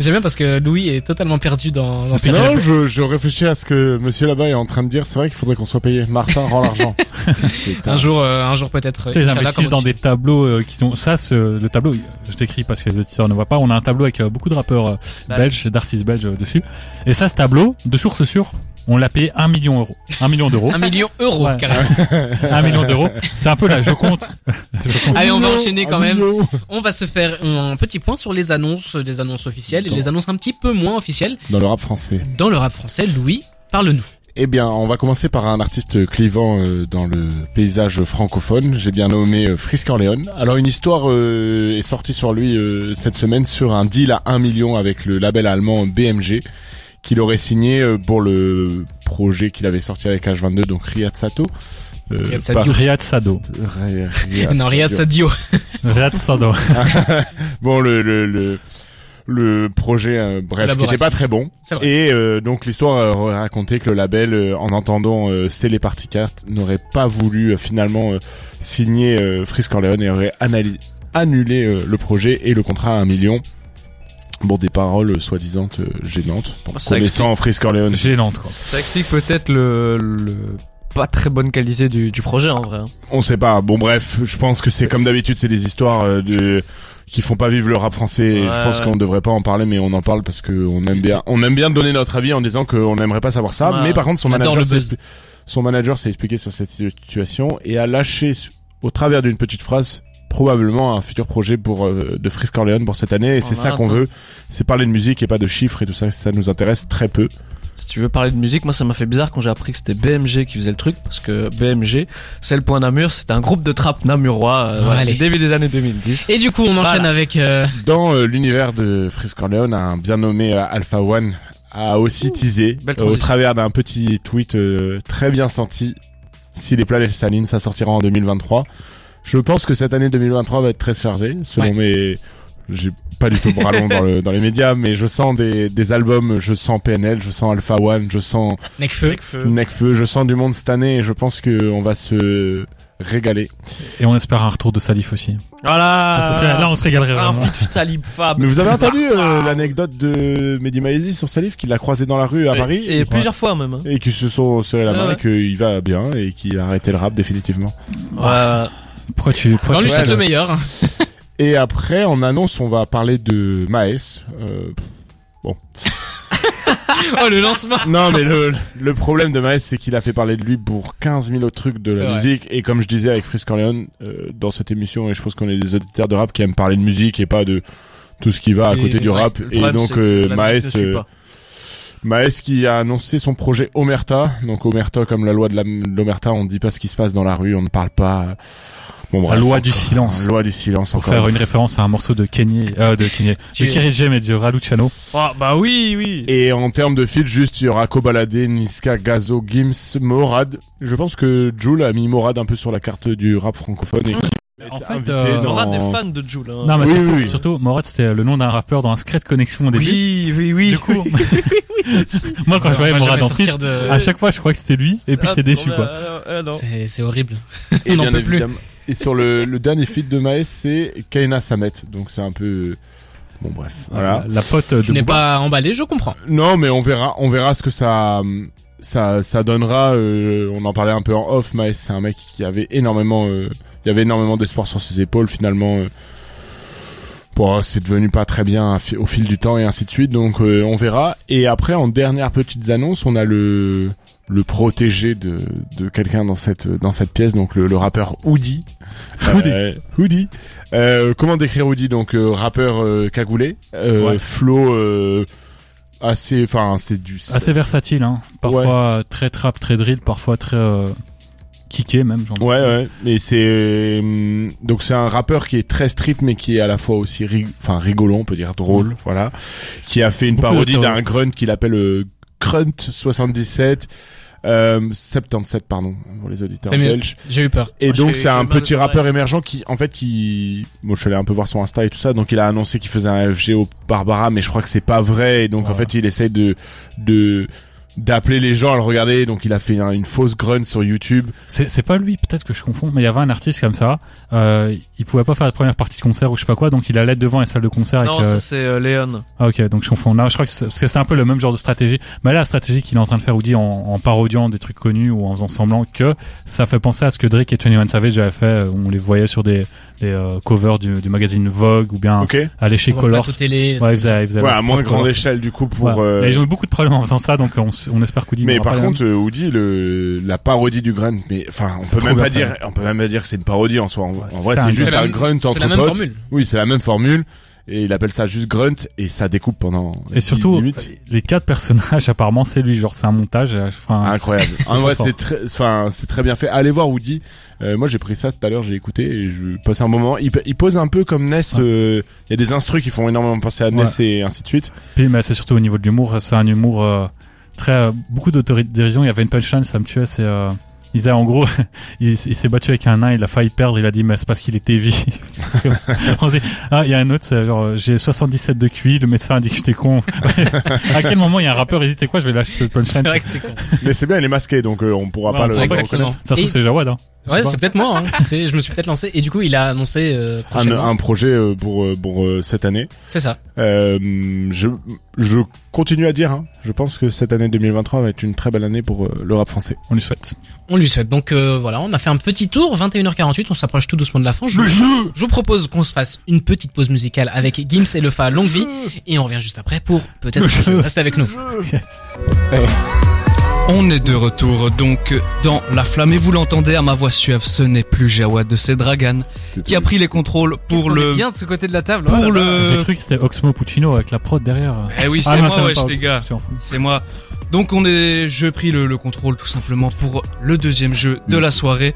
[SPEAKER 2] J'aime bien parce que Louis est totalement perdu dans, dans ses
[SPEAKER 5] non,
[SPEAKER 2] rêves.
[SPEAKER 5] je, je réfléchis à ce que monsieur là-bas est en train de dire. C'est vrai qu'il faudrait qu'on soit payé. Martin rend l'argent. Putain.
[SPEAKER 2] Un jour, euh, un jour peut-être.
[SPEAKER 3] Tu sais, ils
[SPEAKER 2] Inch'Allah,
[SPEAKER 3] investissent
[SPEAKER 2] comme on
[SPEAKER 3] dans
[SPEAKER 2] dit.
[SPEAKER 3] des tableaux euh, qui sont ça ce, le tableau je t'écris parce que les auditeurs ne voient pas on a un tableau avec euh, beaucoup de rappeurs euh,
[SPEAKER 2] Bah
[SPEAKER 3] belges d'artistes belges euh, dessus et ça ce tableau de source sûre on l'a payé 1 million d'euros 1 million d'euros
[SPEAKER 2] Un million d'euros,
[SPEAKER 3] Ouais.
[SPEAKER 2] carrément.
[SPEAKER 3] 1 million d'euros c'est un peu là je compte je compte
[SPEAKER 2] Allez, on va
[SPEAKER 5] Non,
[SPEAKER 2] enchaîner quand
[SPEAKER 5] un
[SPEAKER 2] même.
[SPEAKER 5] million.
[SPEAKER 2] On va se faire un petit point sur les annonces, les annonces officielles et
[SPEAKER 5] Dans-
[SPEAKER 2] les annonces un petit peu moins officielles
[SPEAKER 5] Dans le rap français.
[SPEAKER 2] dans le rap français. Louis, parle-nous.
[SPEAKER 5] Eh bien, on va commencer par un artiste clivant euh, dans le paysage francophone. J'ai bien nommé euh, Frisk Orléans. Alors, une histoire euh, est sortie sur lui euh, cette semaine sur un deal à 1 million avec le label allemand BMG qu'il aurait signé euh, pour le projet qu'il avait sorti avec H22, donc Riyad Sato. Euh,
[SPEAKER 2] Riyad Sadio.
[SPEAKER 5] par-
[SPEAKER 3] Riyad Sado
[SPEAKER 5] Ri- Riyad
[SPEAKER 2] non, Riyad
[SPEAKER 5] Sadio.
[SPEAKER 2] Sadio.
[SPEAKER 3] Riyad Sado
[SPEAKER 5] Bon, le le le, le projet, euh, bref, qui
[SPEAKER 2] Collaboratif.
[SPEAKER 5] était pas très bon.
[SPEAKER 2] C'est vrai.
[SPEAKER 5] Et euh, donc l'histoire euh, racontait que le label, euh, en entendant euh, sceller Party Cart, n'aurait pas voulu euh, finalement euh, signer euh, Frisk Orleans et aurait analy- annulé euh, le projet et le contrat à un million. Bon, des paroles euh, soi-disant euh, gênantes. Bon,
[SPEAKER 6] Ça
[SPEAKER 5] connaissant Frisk Orleans.
[SPEAKER 3] gênante quoi
[SPEAKER 6] Ça explique peut-être le, le pas très bonne qualité du, du projet en vrai. hein.
[SPEAKER 5] On sait pas. Bon, bref, je pense que c'est comme d'habitude, c'est des histoires euh, de qui font pas vivre le rap français. Et
[SPEAKER 6] Ouais,
[SPEAKER 5] je pense
[SPEAKER 6] ouais.
[SPEAKER 5] qu'on devrait pas en parler, mais on en parle parce que on aime bien, on aime bien donner notre avis en disant qu'on n'aimerait pas savoir ça.
[SPEAKER 6] Ouais.
[SPEAKER 5] Mais par contre, son
[SPEAKER 2] On adore
[SPEAKER 5] manager,
[SPEAKER 2] le
[SPEAKER 5] s'est- son manager s'est expliqué sur cette situation et a lâché su- au travers d'une petite phrase probablement un futur projet pour euh, de Frisk Orleans pour cette année et c'est
[SPEAKER 6] Oh,
[SPEAKER 5] ça qu'on
[SPEAKER 6] attends.
[SPEAKER 5] veut c'est parler de musique et pas de chiffres et tout ça ça nous intéresse très peu
[SPEAKER 6] Si tu veux parler de musique, moi ça m'a fait bizarre quand j'ai appris que c'était BMG qui faisait le truc parce que BMG, c'est le point Namur, c'est un groupe de trap namurois euh, voilà,
[SPEAKER 2] Allez.
[SPEAKER 6] du début des années 2010.
[SPEAKER 2] Et du coup, on enchaîne
[SPEAKER 6] Voilà.
[SPEAKER 2] avec euh,
[SPEAKER 5] Dans euh, l'univers de Frisk Orleans, un bien nommé euh, Alpha One a aussi teasé
[SPEAKER 6] belle
[SPEAKER 5] euh, au
[SPEAKER 6] transition.
[SPEAKER 5] travers d'un petit tweet euh, très bien senti. Si les planètes s'alignent, ça sortira en 2023. Je pense que cette année 2023 va être très chargée, selon mes... J'ai pas du tout bras long dans, le- dans les médias, mais je sens des, des albums, je sens PNL, je sens Alpha One, je sens
[SPEAKER 2] Necfeu.
[SPEAKER 6] Euh. Mm.
[SPEAKER 5] Necfeu, je sens du monde cette année et je pense que on va se régaler.
[SPEAKER 3] et on espère un retour de Salif aussi
[SPEAKER 6] Voilà.
[SPEAKER 3] Ah,
[SPEAKER 2] Ah.
[SPEAKER 3] Ça serait- là on se régalerait
[SPEAKER 6] un
[SPEAKER 3] vraiment
[SPEAKER 6] feat feat Salib Fab.
[SPEAKER 5] Mais vous avez entendu euh, l'anecdote de Mehdi Maizi sur Salif qui l'a croisé dans la rue à Paris
[SPEAKER 6] Et, plusieurs fois même. hein.
[SPEAKER 5] Et qui se sont serrés la
[SPEAKER 6] Ah
[SPEAKER 5] main
[SPEAKER 6] ouais.
[SPEAKER 5] et qu'il va bien et qu'il a arrêté le rap définitivement.
[SPEAKER 6] Ouais.
[SPEAKER 3] pourquoi tu pourquoi
[SPEAKER 2] On
[SPEAKER 3] tu
[SPEAKER 2] lui souhaite
[SPEAKER 3] fais
[SPEAKER 2] le meilleur.
[SPEAKER 5] Et après, en annonce, on va parler de Maes. Euh,
[SPEAKER 2] Oh, le lancement.
[SPEAKER 5] non, mais
[SPEAKER 6] Euh,
[SPEAKER 5] le, le problème de Maes, c'est qu'il a fait parler de lui pour 15 000 autres trucs de
[SPEAKER 2] C'est
[SPEAKER 5] la
[SPEAKER 2] vrai.
[SPEAKER 5] musique. Et comme je disais avec Frisk Orleans euh, dans cette émission, et je pense qu'on est des auditeurs de rap qui aiment parler de musique et pas de tout ce qui va à
[SPEAKER 6] Et-
[SPEAKER 5] côté du
[SPEAKER 6] ouais,
[SPEAKER 5] rap.
[SPEAKER 6] le
[SPEAKER 5] et
[SPEAKER 6] problème, c'est
[SPEAKER 5] donc
[SPEAKER 6] que
[SPEAKER 5] euh,
[SPEAKER 6] la
[SPEAKER 5] Maes,
[SPEAKER 6] musique ne suit
[SPEAKER 5] euh,
[SPEAKER 6] pas.
[SPEAKER 5] Maes qui a annoncé son projet Omerta. Donc Omerta, comme la loi de la- de l'Omerta, on ne dit pas ce qui se passe dans la rue, on ne parle pas. Bon,
[SPEAKER 3] La loi du silence.
[SPEAKER 5] La loi du silence,
[SPEAKER 3] Pour
[SPEAKER 5] encore.
[SPEAKER 3] faire une référence à un morceau de Kenny, euh, de Kenny, de
[SPEAKER 2] Tu-
[SPEAKER 3] Kerry James et de Raluciano.
[SPEAKER 6] Ah, bah oui, oui.
[SPEAKER 5] Et en termes de feat, juste, il y aura Kobalade, Niska, Gazo, Gims, Morad. Je pense que Jules a mis Morad un peu sur la carte du rap francophone. Et
[SPEAKER 3] En
[SPEAKER 5] est
[SPEAKER 3] fait,
[SPEAKER 5] invité
[SPEAKER 3] euh,
[SPEAKER 5] dans-
[SPEAKER 6] Aura des fans de Jules. hein.
[SPEAKER 3] Non, mais
[SPEAKER 5] Oui,
[SPEAKER 3] surtout,
[SPEAKER 5] oui, oui.
[SPEAKER 3] surtout, Morat, c'était le nom d'un rappeur dans un secret de connexion au début.
[SPEAKER 6] oui, oui, oui.
[SPEAKER 3] Du coup, moi, quand je voyais
[SPEAKER 2] On va jamais
[SPEAKER 3] Morat en Ah,
[SPEAKER 2] sortir
[SPEAKER 3] feat,
[SPEAKER 2] de-
[SPEAKER 3] à chaque fois, je crois que c'était lui, et puis
[SPEAKER 6] Ah,
[SPEAKER 3] j'étais déçu,
[SPEAKER 6] non,
[SPEAKER 3] quoi.
[SPEAKER 6] euh, euh, non.
[SPEAKER 2] C'est c'est horrible.
[SPEAKER 5] Et
[SPEAKER 2] On n'en
[SPEAKER 5] bien
[SPEAKER 2] peut plus.
[SPEAKER 5] évidemment- Et sur le, le dernier feat de Maes, c'est Kaina Samet. Donc c'est un peu. Bon, bref. Voilà.
[SPEAKER 3] Euh, La pote de
[SPEAKER 2] Tu n'es
[SPEAKER 3] Booba.
[SPEAKER 2] pas emballé, je comprends.
[SPEAKER 5] Non, mais on verra, on verra ce que ça, ça, ça donnera. euh, on en parlait un peu en off. Maes, c'est un mec qui avait énormément, euh, il y avait énormément d'espoir sur ses épaules. Finalement, euh, bon, c'est devenu pas très bien à fi- au fil du temps et ainsi de suite. Donc, euh, on verra. Et après, en dernière petite annonce, on a le le protégé de, de quelqu'un dans cette dans cette pièce, donc le, le rappeur Hoodie.
[SPEAKER 3] Hoodie.
[SPEAKER 5] Euh, Hoodie. Euh, comment décrire Hoodie Donc euh, rappeur euh, cagoulé, euh,
[SPEAKER 3] Ouais.
[SPEAKER 5] flow euh, assez, enfin c'est du
[SPEAKER 3] Assez versatile, hein. Parfois euh, très trap, très drill, parfois très euh, kické, même. genre.
[SPEAKER 5] Ouais, ouais. Mais c'est euh, donc c'est un rappeur qui est très street, mais qui est à la fois aussi, rig- enfin rigolo, on peut dire drôle, voilà. Qui a fait une
[SPEAKER 3] Beaucoup
[SPEAKER 5] parodie
[SPEAKER 3] d'auteurs.
[SPEAKER 5] d'un grunt qu'il appelle euh, Grunt 77, euh, 77 pardon pour les auditeurs
[SPEAKER 2] C'est mieux.
[SPEAKER 5] belges.
[SPEAKER 2] J'ai eu peur.
[SPEAKER 5] Et
[SPEAKER 6] Moi,
[SPEAKER 5] donc
[SPEAKER 6] j'ai-
[SPEAKER 5] c'est
[SPEAKER 6] j'ai
[SPEAKER 5] un
[SPEAKER 6] mal aux
[SPEAKER 5] petit
[SPEAKER 6] oreilles.
[SPEAKER 5] rappeur émergent qui, en fait, qui, moi je suis allé un peu voir son Insta et tout ça, donc il a annoncé qu'il faisait un FG au Barbara, mais je crois que c'est pas vrai. Et donc en
[SPEAKER 3] Voilà.
[SPEAKER 5] fait, il essaye de, de d'appeler les gens à le regarder. Donc il a fait un- une fausse grunt sur YouTube.
[SPEAKER 3] C'est c'est pas lui, peut-être que je confonds, mais il y avait un artiste comme ça. Euh, il pouvait pas faire la première partie de concert ou je sais pas quoi, donc il allait devant les salles de concert.
[SPEAKER 6] Non,
[SPEAKER 3] avec, euh,
[SPEAKER 6] ça c'est euh, Léon.
[SPEAKER 3] Ah ok, donc je confonds. Là, je crois que c'est parce que c'est un peu le même genre de stratégie. Mais là, la stratégie qu'il est en train de faire, Woody, en, en parodiant des trucs connus ou en faisant semblant que ça fait penser à ce que Drake et 21 Savage avaient fait. euh, On les voyait sur des, des euh, covers du, du magazine Vogue ou bien
[SPEAKER 5] Ok.
[SPEAKER 3] aller chez
[SPEAKER 2] On voit
[SPEAKER 3] Colors.
[SPEAKER 2] pas tout télé.
[SPEAKER 3] Ouais, ils faisaient- ils faisaient
[SPEAKER 5] Ouais,
[SPEAKER 3] leur
[SPEAKER 5] à moins
[SPEAKER 3] propre
[SPEAKER 5] grande
[SPEAKER 3] Colors.
[SPEAKER 5] échelle du coup pour.
[SPEAKER 3] Ouais.
[SPEAKER 5] euh,
[SPEAKER 3] Et Ils ont eu beaucoup de problèmes en faisant ça, donc on, s- on espère qu'Woody.
[SPEAKER 5] Mais
[SPEAKER 3] n'aura
[SPEAKER 5] par
[SPEAKER 3] pas la
[SPEAKER 5] contre, euh, Woody, le, la parodie du grunt, mais enfin, on
[SPEAKER 3] C'est
[SPEAKER 5] peut
[SPEAKER 3] trop
[SPEAKER 5] même pas
[SPEAKER 3] bien fait.
[SPEAKER 5] dire, on peut même pas dire que c'est une parodie en soi. En, en
[SPEAKER 3] Ouais,
[SPEAKER 5] vrai,
[SPEAKER 3] c'est
[SPEAKER 5] c'est
[SPEAKER 3] un
[SPEAKER 5] juste
[SPEAKER 2] grunt.
[SPEAKER 5] un
[SPEAKER 2] C'est la
[SPEAKER 5] grunt
[SPEAKER 2] même-
[SPEAKER 5] entre
[SPEAKER 2] c'est la même
[SPEAKER 5] potes.
[SPEAKER 2] formule.
[SPEAKER 5] Oui, c'est la même formule. Et il appelle ça juste grunt et ça découpe pendant.
[SPEAKER 3] Et
[SPEAKER 5] 10
[SPEAKER 3] surtout,
[SPEAKER 5] minutes.
[SPEAKER 3] les quatre personnages, apparemment, c'est lui. Genre, c'est un montage. euh, Enfin,
[SPEAKER 5] Incroyable. en
[SPEAKER 3] trop
[SPEAKER 5] vrai,
[SPEAKER 3] fort.
[SPEAKER 5] c'est très, enfin, c'est très bien fait. Allez voir Woody. Euh, moi, j'ai pris ça tout à l'heure, j'ai écouté et je passais un bon moment. Il, il pose un peu comme Ness.
[SPEAKER 3] Ouais.
[SPEAKER 5] euh, Il y a des instrus qui font énormément penser à Ness et ainsi de suite.
[SPEAKER 3] Puis, mais c'est surtout au niveau de l'humour, c'est un humour euh, très euh, beaucoup d'autodérision. Il y avait une punchline, ça me tuait. C'est euh, il disait en gros, il, s- il s'est battu avec un nain, il a failli perdre, il a dit mais c'est parce qu'il était vif. On se dit, ah il y a un autre, c'est genre euh, j'ai 77 de QI, le médecin a dit que j'étais con. à quel moment il y a un rappeur hésité quoi, je vais lâcher cette
[SPEAKER 2] C'est
[SPEAKER 3] punchline.
[SPEAKER 2] vrai que c'est con.
[SPEAKER 5] Mais c'est bien, il est masqué, donc euh, on pourra
[SPEAKER 3] Ouais,
[SPEAKER 5] pas
[SPEAKER 3] on
[SPEAKER 5] le.
[SPEAKER 3] pourra pas
[SPEAKER 5] reconnaître.
[SPEAKER 2] Exactement.
[SPEAKER 3] Ça se trouve
[SPEAKER 2] Et-
[SPEAKER 3] c'est Jawad. Hein. Je sais
[SPEAKER 2] Ouais,
[SPEAKER 3] pas.
[SPEAKER 2] c'est peut-être moi. hein. C'est- Je me suis peut-être lancé. Et du coup, il a annoncé. euh,
[SPEAKER 5] Un,
[SPEAKER 2] prochainement.
[SPEAKER 5] un projet euh, pour euh, pour euh, cette année.
[SPEAKER 2] C'est ça.
[SPEAKER 5] Euh, je, je continue à dire, hein, je pense que cette année 2023 va être une très belle année pour euh, le rap français.
[SPEAKER 3] On lui souhaite.
[SPEAKER 2] On lui souhaite. Donc euh, voilà, on a fait un petit tour, 21h48, on s'approche tout doucement de la fin. Je, je vous propose qu'on se fasse une petite pause musicale avec Gims et le Fa Longue Vie et on revient juste après pour peut-être
[SPEAKER 3] Le
[SPEAKER 2] un jeu.
[SPEAKER 3] jeu.
[SPEAKER 2] Reste avec nous.
[SPEAKER 8] On est de retour donc dans La Flamme et vous l'entendez à ma voix suave, ce n'est plus Jawad, c'est Dragan qui a pris les contrôles pour le
[SPEAKER 9] de ce côté de la table. oh
[SPEAKER 8] pour
[SPEAKER 3] J'ai
[SPEAKER 8] le
[SPEAKER 3] cru que c'était Oxmo Puccino avec la prod derrière.
[SPEAKER 8] Euh,
[SPEAKER 3] Ah
[SPEAKER 8] Eh oui, c'est
[SPEAKER 3] non,
[SPEAKER 8] moi
[SPEAKER 3] même
[SPEAKER 8] wesh
[SPEAKER 3] pas
[SPEAKER 8] les
[SPEAKER 3] Oxmo,
[SPEAKER 8] gars.
[SPEAKER 3] je m'en fous.
[SPEAKER 8] C'est moi. Donc on est je pris le, le contrôle tout simplement pour le deuxième jeu de la soirée.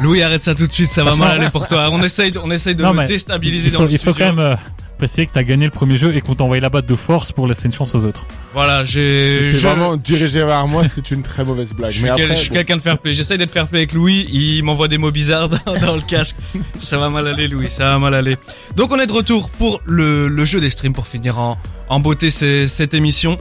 [SPEAKER 8] Louis arrête ça tout de suite, ça va
[SPEAKER 3] Ça
[SPEAKER 8] mal
[SPEAKER 3] va.
[SPEAKER 8] aller pour toi. On essaye de- on essaye de
[SPEAKER 3] Non,
[SPEAKER 8] me
[SPEAKER 3] mais
[SPEAKER 8] déstabiliser
[SPEAKER 3] il faut,
[SPEAKER 8] dans le
[SPEAKER 3] il faut
[SPEAKER 8] studio.
[SPEAKER 3] quand même euh, préciser que t'as gagné le premier jeu et qu'on t'a envoyé là-bas de force pour laisser une chance aux autres.
[SPEAKER 8] Voilà, j'ai
[SPEAKER 6] euh,
[SPEAKER 5] C'est
[SPEAKER 8] je-
[SPEAKER 5] vraiment dirigé vers moi, c'est une très mauvaise blague.
[SPEAKER 8] Je suis,
[SPEAKER 5] Mais
[SPEAKER 8] quel-
[SPEAKER 5] après,
[SPEAKER 8] je suis
[SPEAKER 5] bon.
[SPEAKER 8] quelqu'un de fair play. J'essaye d'être fair play avec Louis. Il m'envoie des mots bizarres dans, dans le casque. Ça va mal aller, Louis. Ça va mal aller. Donc, on est de retour pour le, le jeu des streams pour finir en, en beauté ces- cette émission.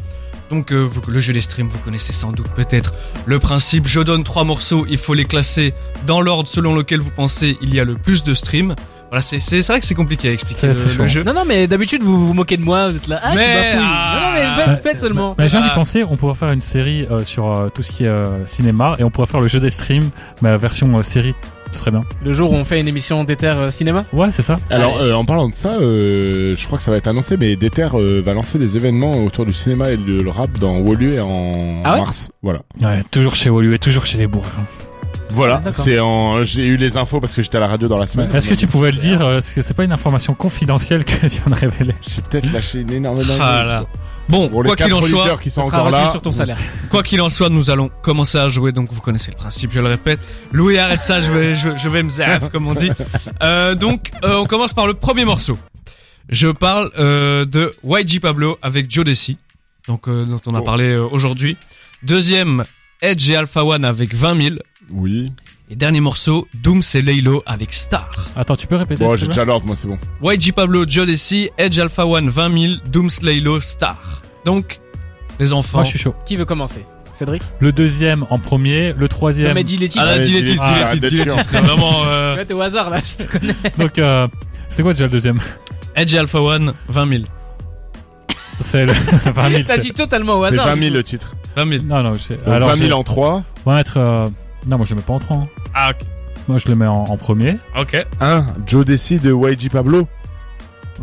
[SPEAKER 8] Donc, euh, vous- le jeu des streams, vous connaissez sans doute peut-être le principe. Je donne trois morceaux. Il faut les classer dans l'ordre selon lequel vous pensez il y a le plus de streams. Voilà, c'est c'est- c'est vrai que c'est compliqué à expliquer
[SPEAKER 3] C'est
[SPEAKER 8] le,
[SPEAKER 3] assez
[SPEAKER 8] le
[SPEAKER 3] chaud.
[SPEAKER 8] jeu.
[SPEAKER 9] Non, non, mais d'habitude, vous vous moquez de moi, vous êtes là. Ah,
[SPEAKER 8] Mais-
[SPEAKER 9] tu bafouilles.
[SPEAKER 8] ah.
[SPEAKER 9] non, non, mais faites, faites seulement.
[SPEAKER 3] Mais j'ai envie
[SPEAKER 8] Ah.
[SPEAKER 3] d'y penser, on pourrait faire une série euh, sur euh, tout ce qui est euh, cinéma et on pourrait faire le jeu des streams, mais version euh, série, ce serait bien.
[SPEAKER 9] Le jour où on fait une émission d'Ether euh, Cinéma
[SPEAKER 3] Ouais, c'est ça.
[SPEAKER 5] Alors, euh, en parlant de ça, euh, je crois que ça va être annoncé, mais Déter euh, va lancer des événements autour du cinéma et de le rap dans Woluwe en
[SPEAKER 9] Ah ouais
[SPEAKER 5] mars. Voilà.
[SPEAKER 3] Ouais, toujours chez Wolu et toujours chez les bourges.
[SPEAKER 5] Voilà,
[SPEAKER 2] Ah, d'accord.
[SPEAKER 5] c'est en. J'ai eu les infos parce que j'étais à la radio dans la semaine.
[SPEAKER 3] Est-ce que tu pouvais le dire euh, Parce que c'est pas une information confidentielle que tu viens de révéler.
[SPEAKER 5] J'ai peut-être lâché une énorme dinguerie.
[SPEAKER 6] Ah là. Bon,
[SPEAKER 5] Pour les
[SPEAKER 6] quoi qu'il en
[SPEAKER 5] quatre
[SPEAKER 6] soit,
[SPEAKER 5] auditeurs qui sont
[SPEAKER 2] Ça sera
[SPEAKER 5] encore
[SPEAKER 2] revenu
[SPEAKER 5] là.
[SPEAKER 2] sur ton salaire.
[SPEAKER 6] quoi qu'il en soit, nous allons commencer à jouer. Donc vous connaissez le principe, je le répète. Louis, arrête ça, je vais, je, je vais me zap, comme on dit. Euh, donc euh, on commence par le premier morceau. Je parle euh, de YG Pablo avec Joe Desi, donc euh, dont on a
[SPEAKER 5] Bon.
[SPEAKER 6] parlé euh, aujourd'hui. Deuxième, Edge et Alpha One avec 20 000.
[SPEAKER 5] Oui.
[SPEAKER 6] Et dernier morceau, Doom et Laylo avec Star.
[SPEAKER 3] Attends, tu peux répéter
[SPEAKER 5] Bon,
[SPEAKER 3] s'il
[SPEAKER 5] j'ai
[SPEAKER 3] te
[SPEAKER 5] déjà l'ordre, moi, c'est bon.
[SPEAKER 6] YG Pablo, Joe Desi, Edge Alpha One 20 000, Doom Laylo, Star. Donc, les
[SPEAKER 3] plaît
[SPEAKER 6] enfants.
[SPEAKER 3] Moi, je suis chaud.
[SPEAKER 2] Qui veut commencer Cédric
[SPEAKER 3] Le deuxième en premier, le troisième.
[SPEAKER 2] Non, mais dis les titres.
[SPEAKER 6] Ah,
[SPEAKER 5] Allez,
[SPEAKER 6] dis les
[SPEAKER 5] dis-
[SPEAKER 6] titres,
[SPEAKER 5] ah,
[SPEAKER 6] dis les
[SPEAKER 5] arrête
[SPEAKER 6] titres,
[SPEAKER 5] d'être
[SPEAKER 6] dis les
[SPEAKER 5] chiant.
[SPEAKER 6] titres. Vraiment, euh,
[SPEAKER 2] Ouais, t'es au hasard là, je te connais.
[SPEAKER 3] Donc, euh, c'est quoi déjà le deuxième
[SPEAKER 6] Edge Alpha One, 20 000.
[SPEAKER 3] C'est le 20 000.
[SPEAKER 2] T'as
[SPEAKER 3] c'est-
[SPEAKER 2] dit totalement au
[SPEAKER 5] C'est
[SPEAKER 2] hasard.
[SPEAKER 5] 20 000 le titre.
[SPEAKER 6] 20 000.
[SPEAKER 3] Non, non, je sais.
[SPEAKER 5] Donc, 20 000
[SPEAKER 3] j'ai-
[SPEAKER 5] Euh, en 3.
[SPEAKER 3] On va mettre. euh, Non, moi je le mets pas en 3.
[SPEAKER 6] Ah, ok.
[SPEAKER 3] Moi je le mets en, en premier.
[SPEAKER 5] 1. Joe Desi de YG Pablo.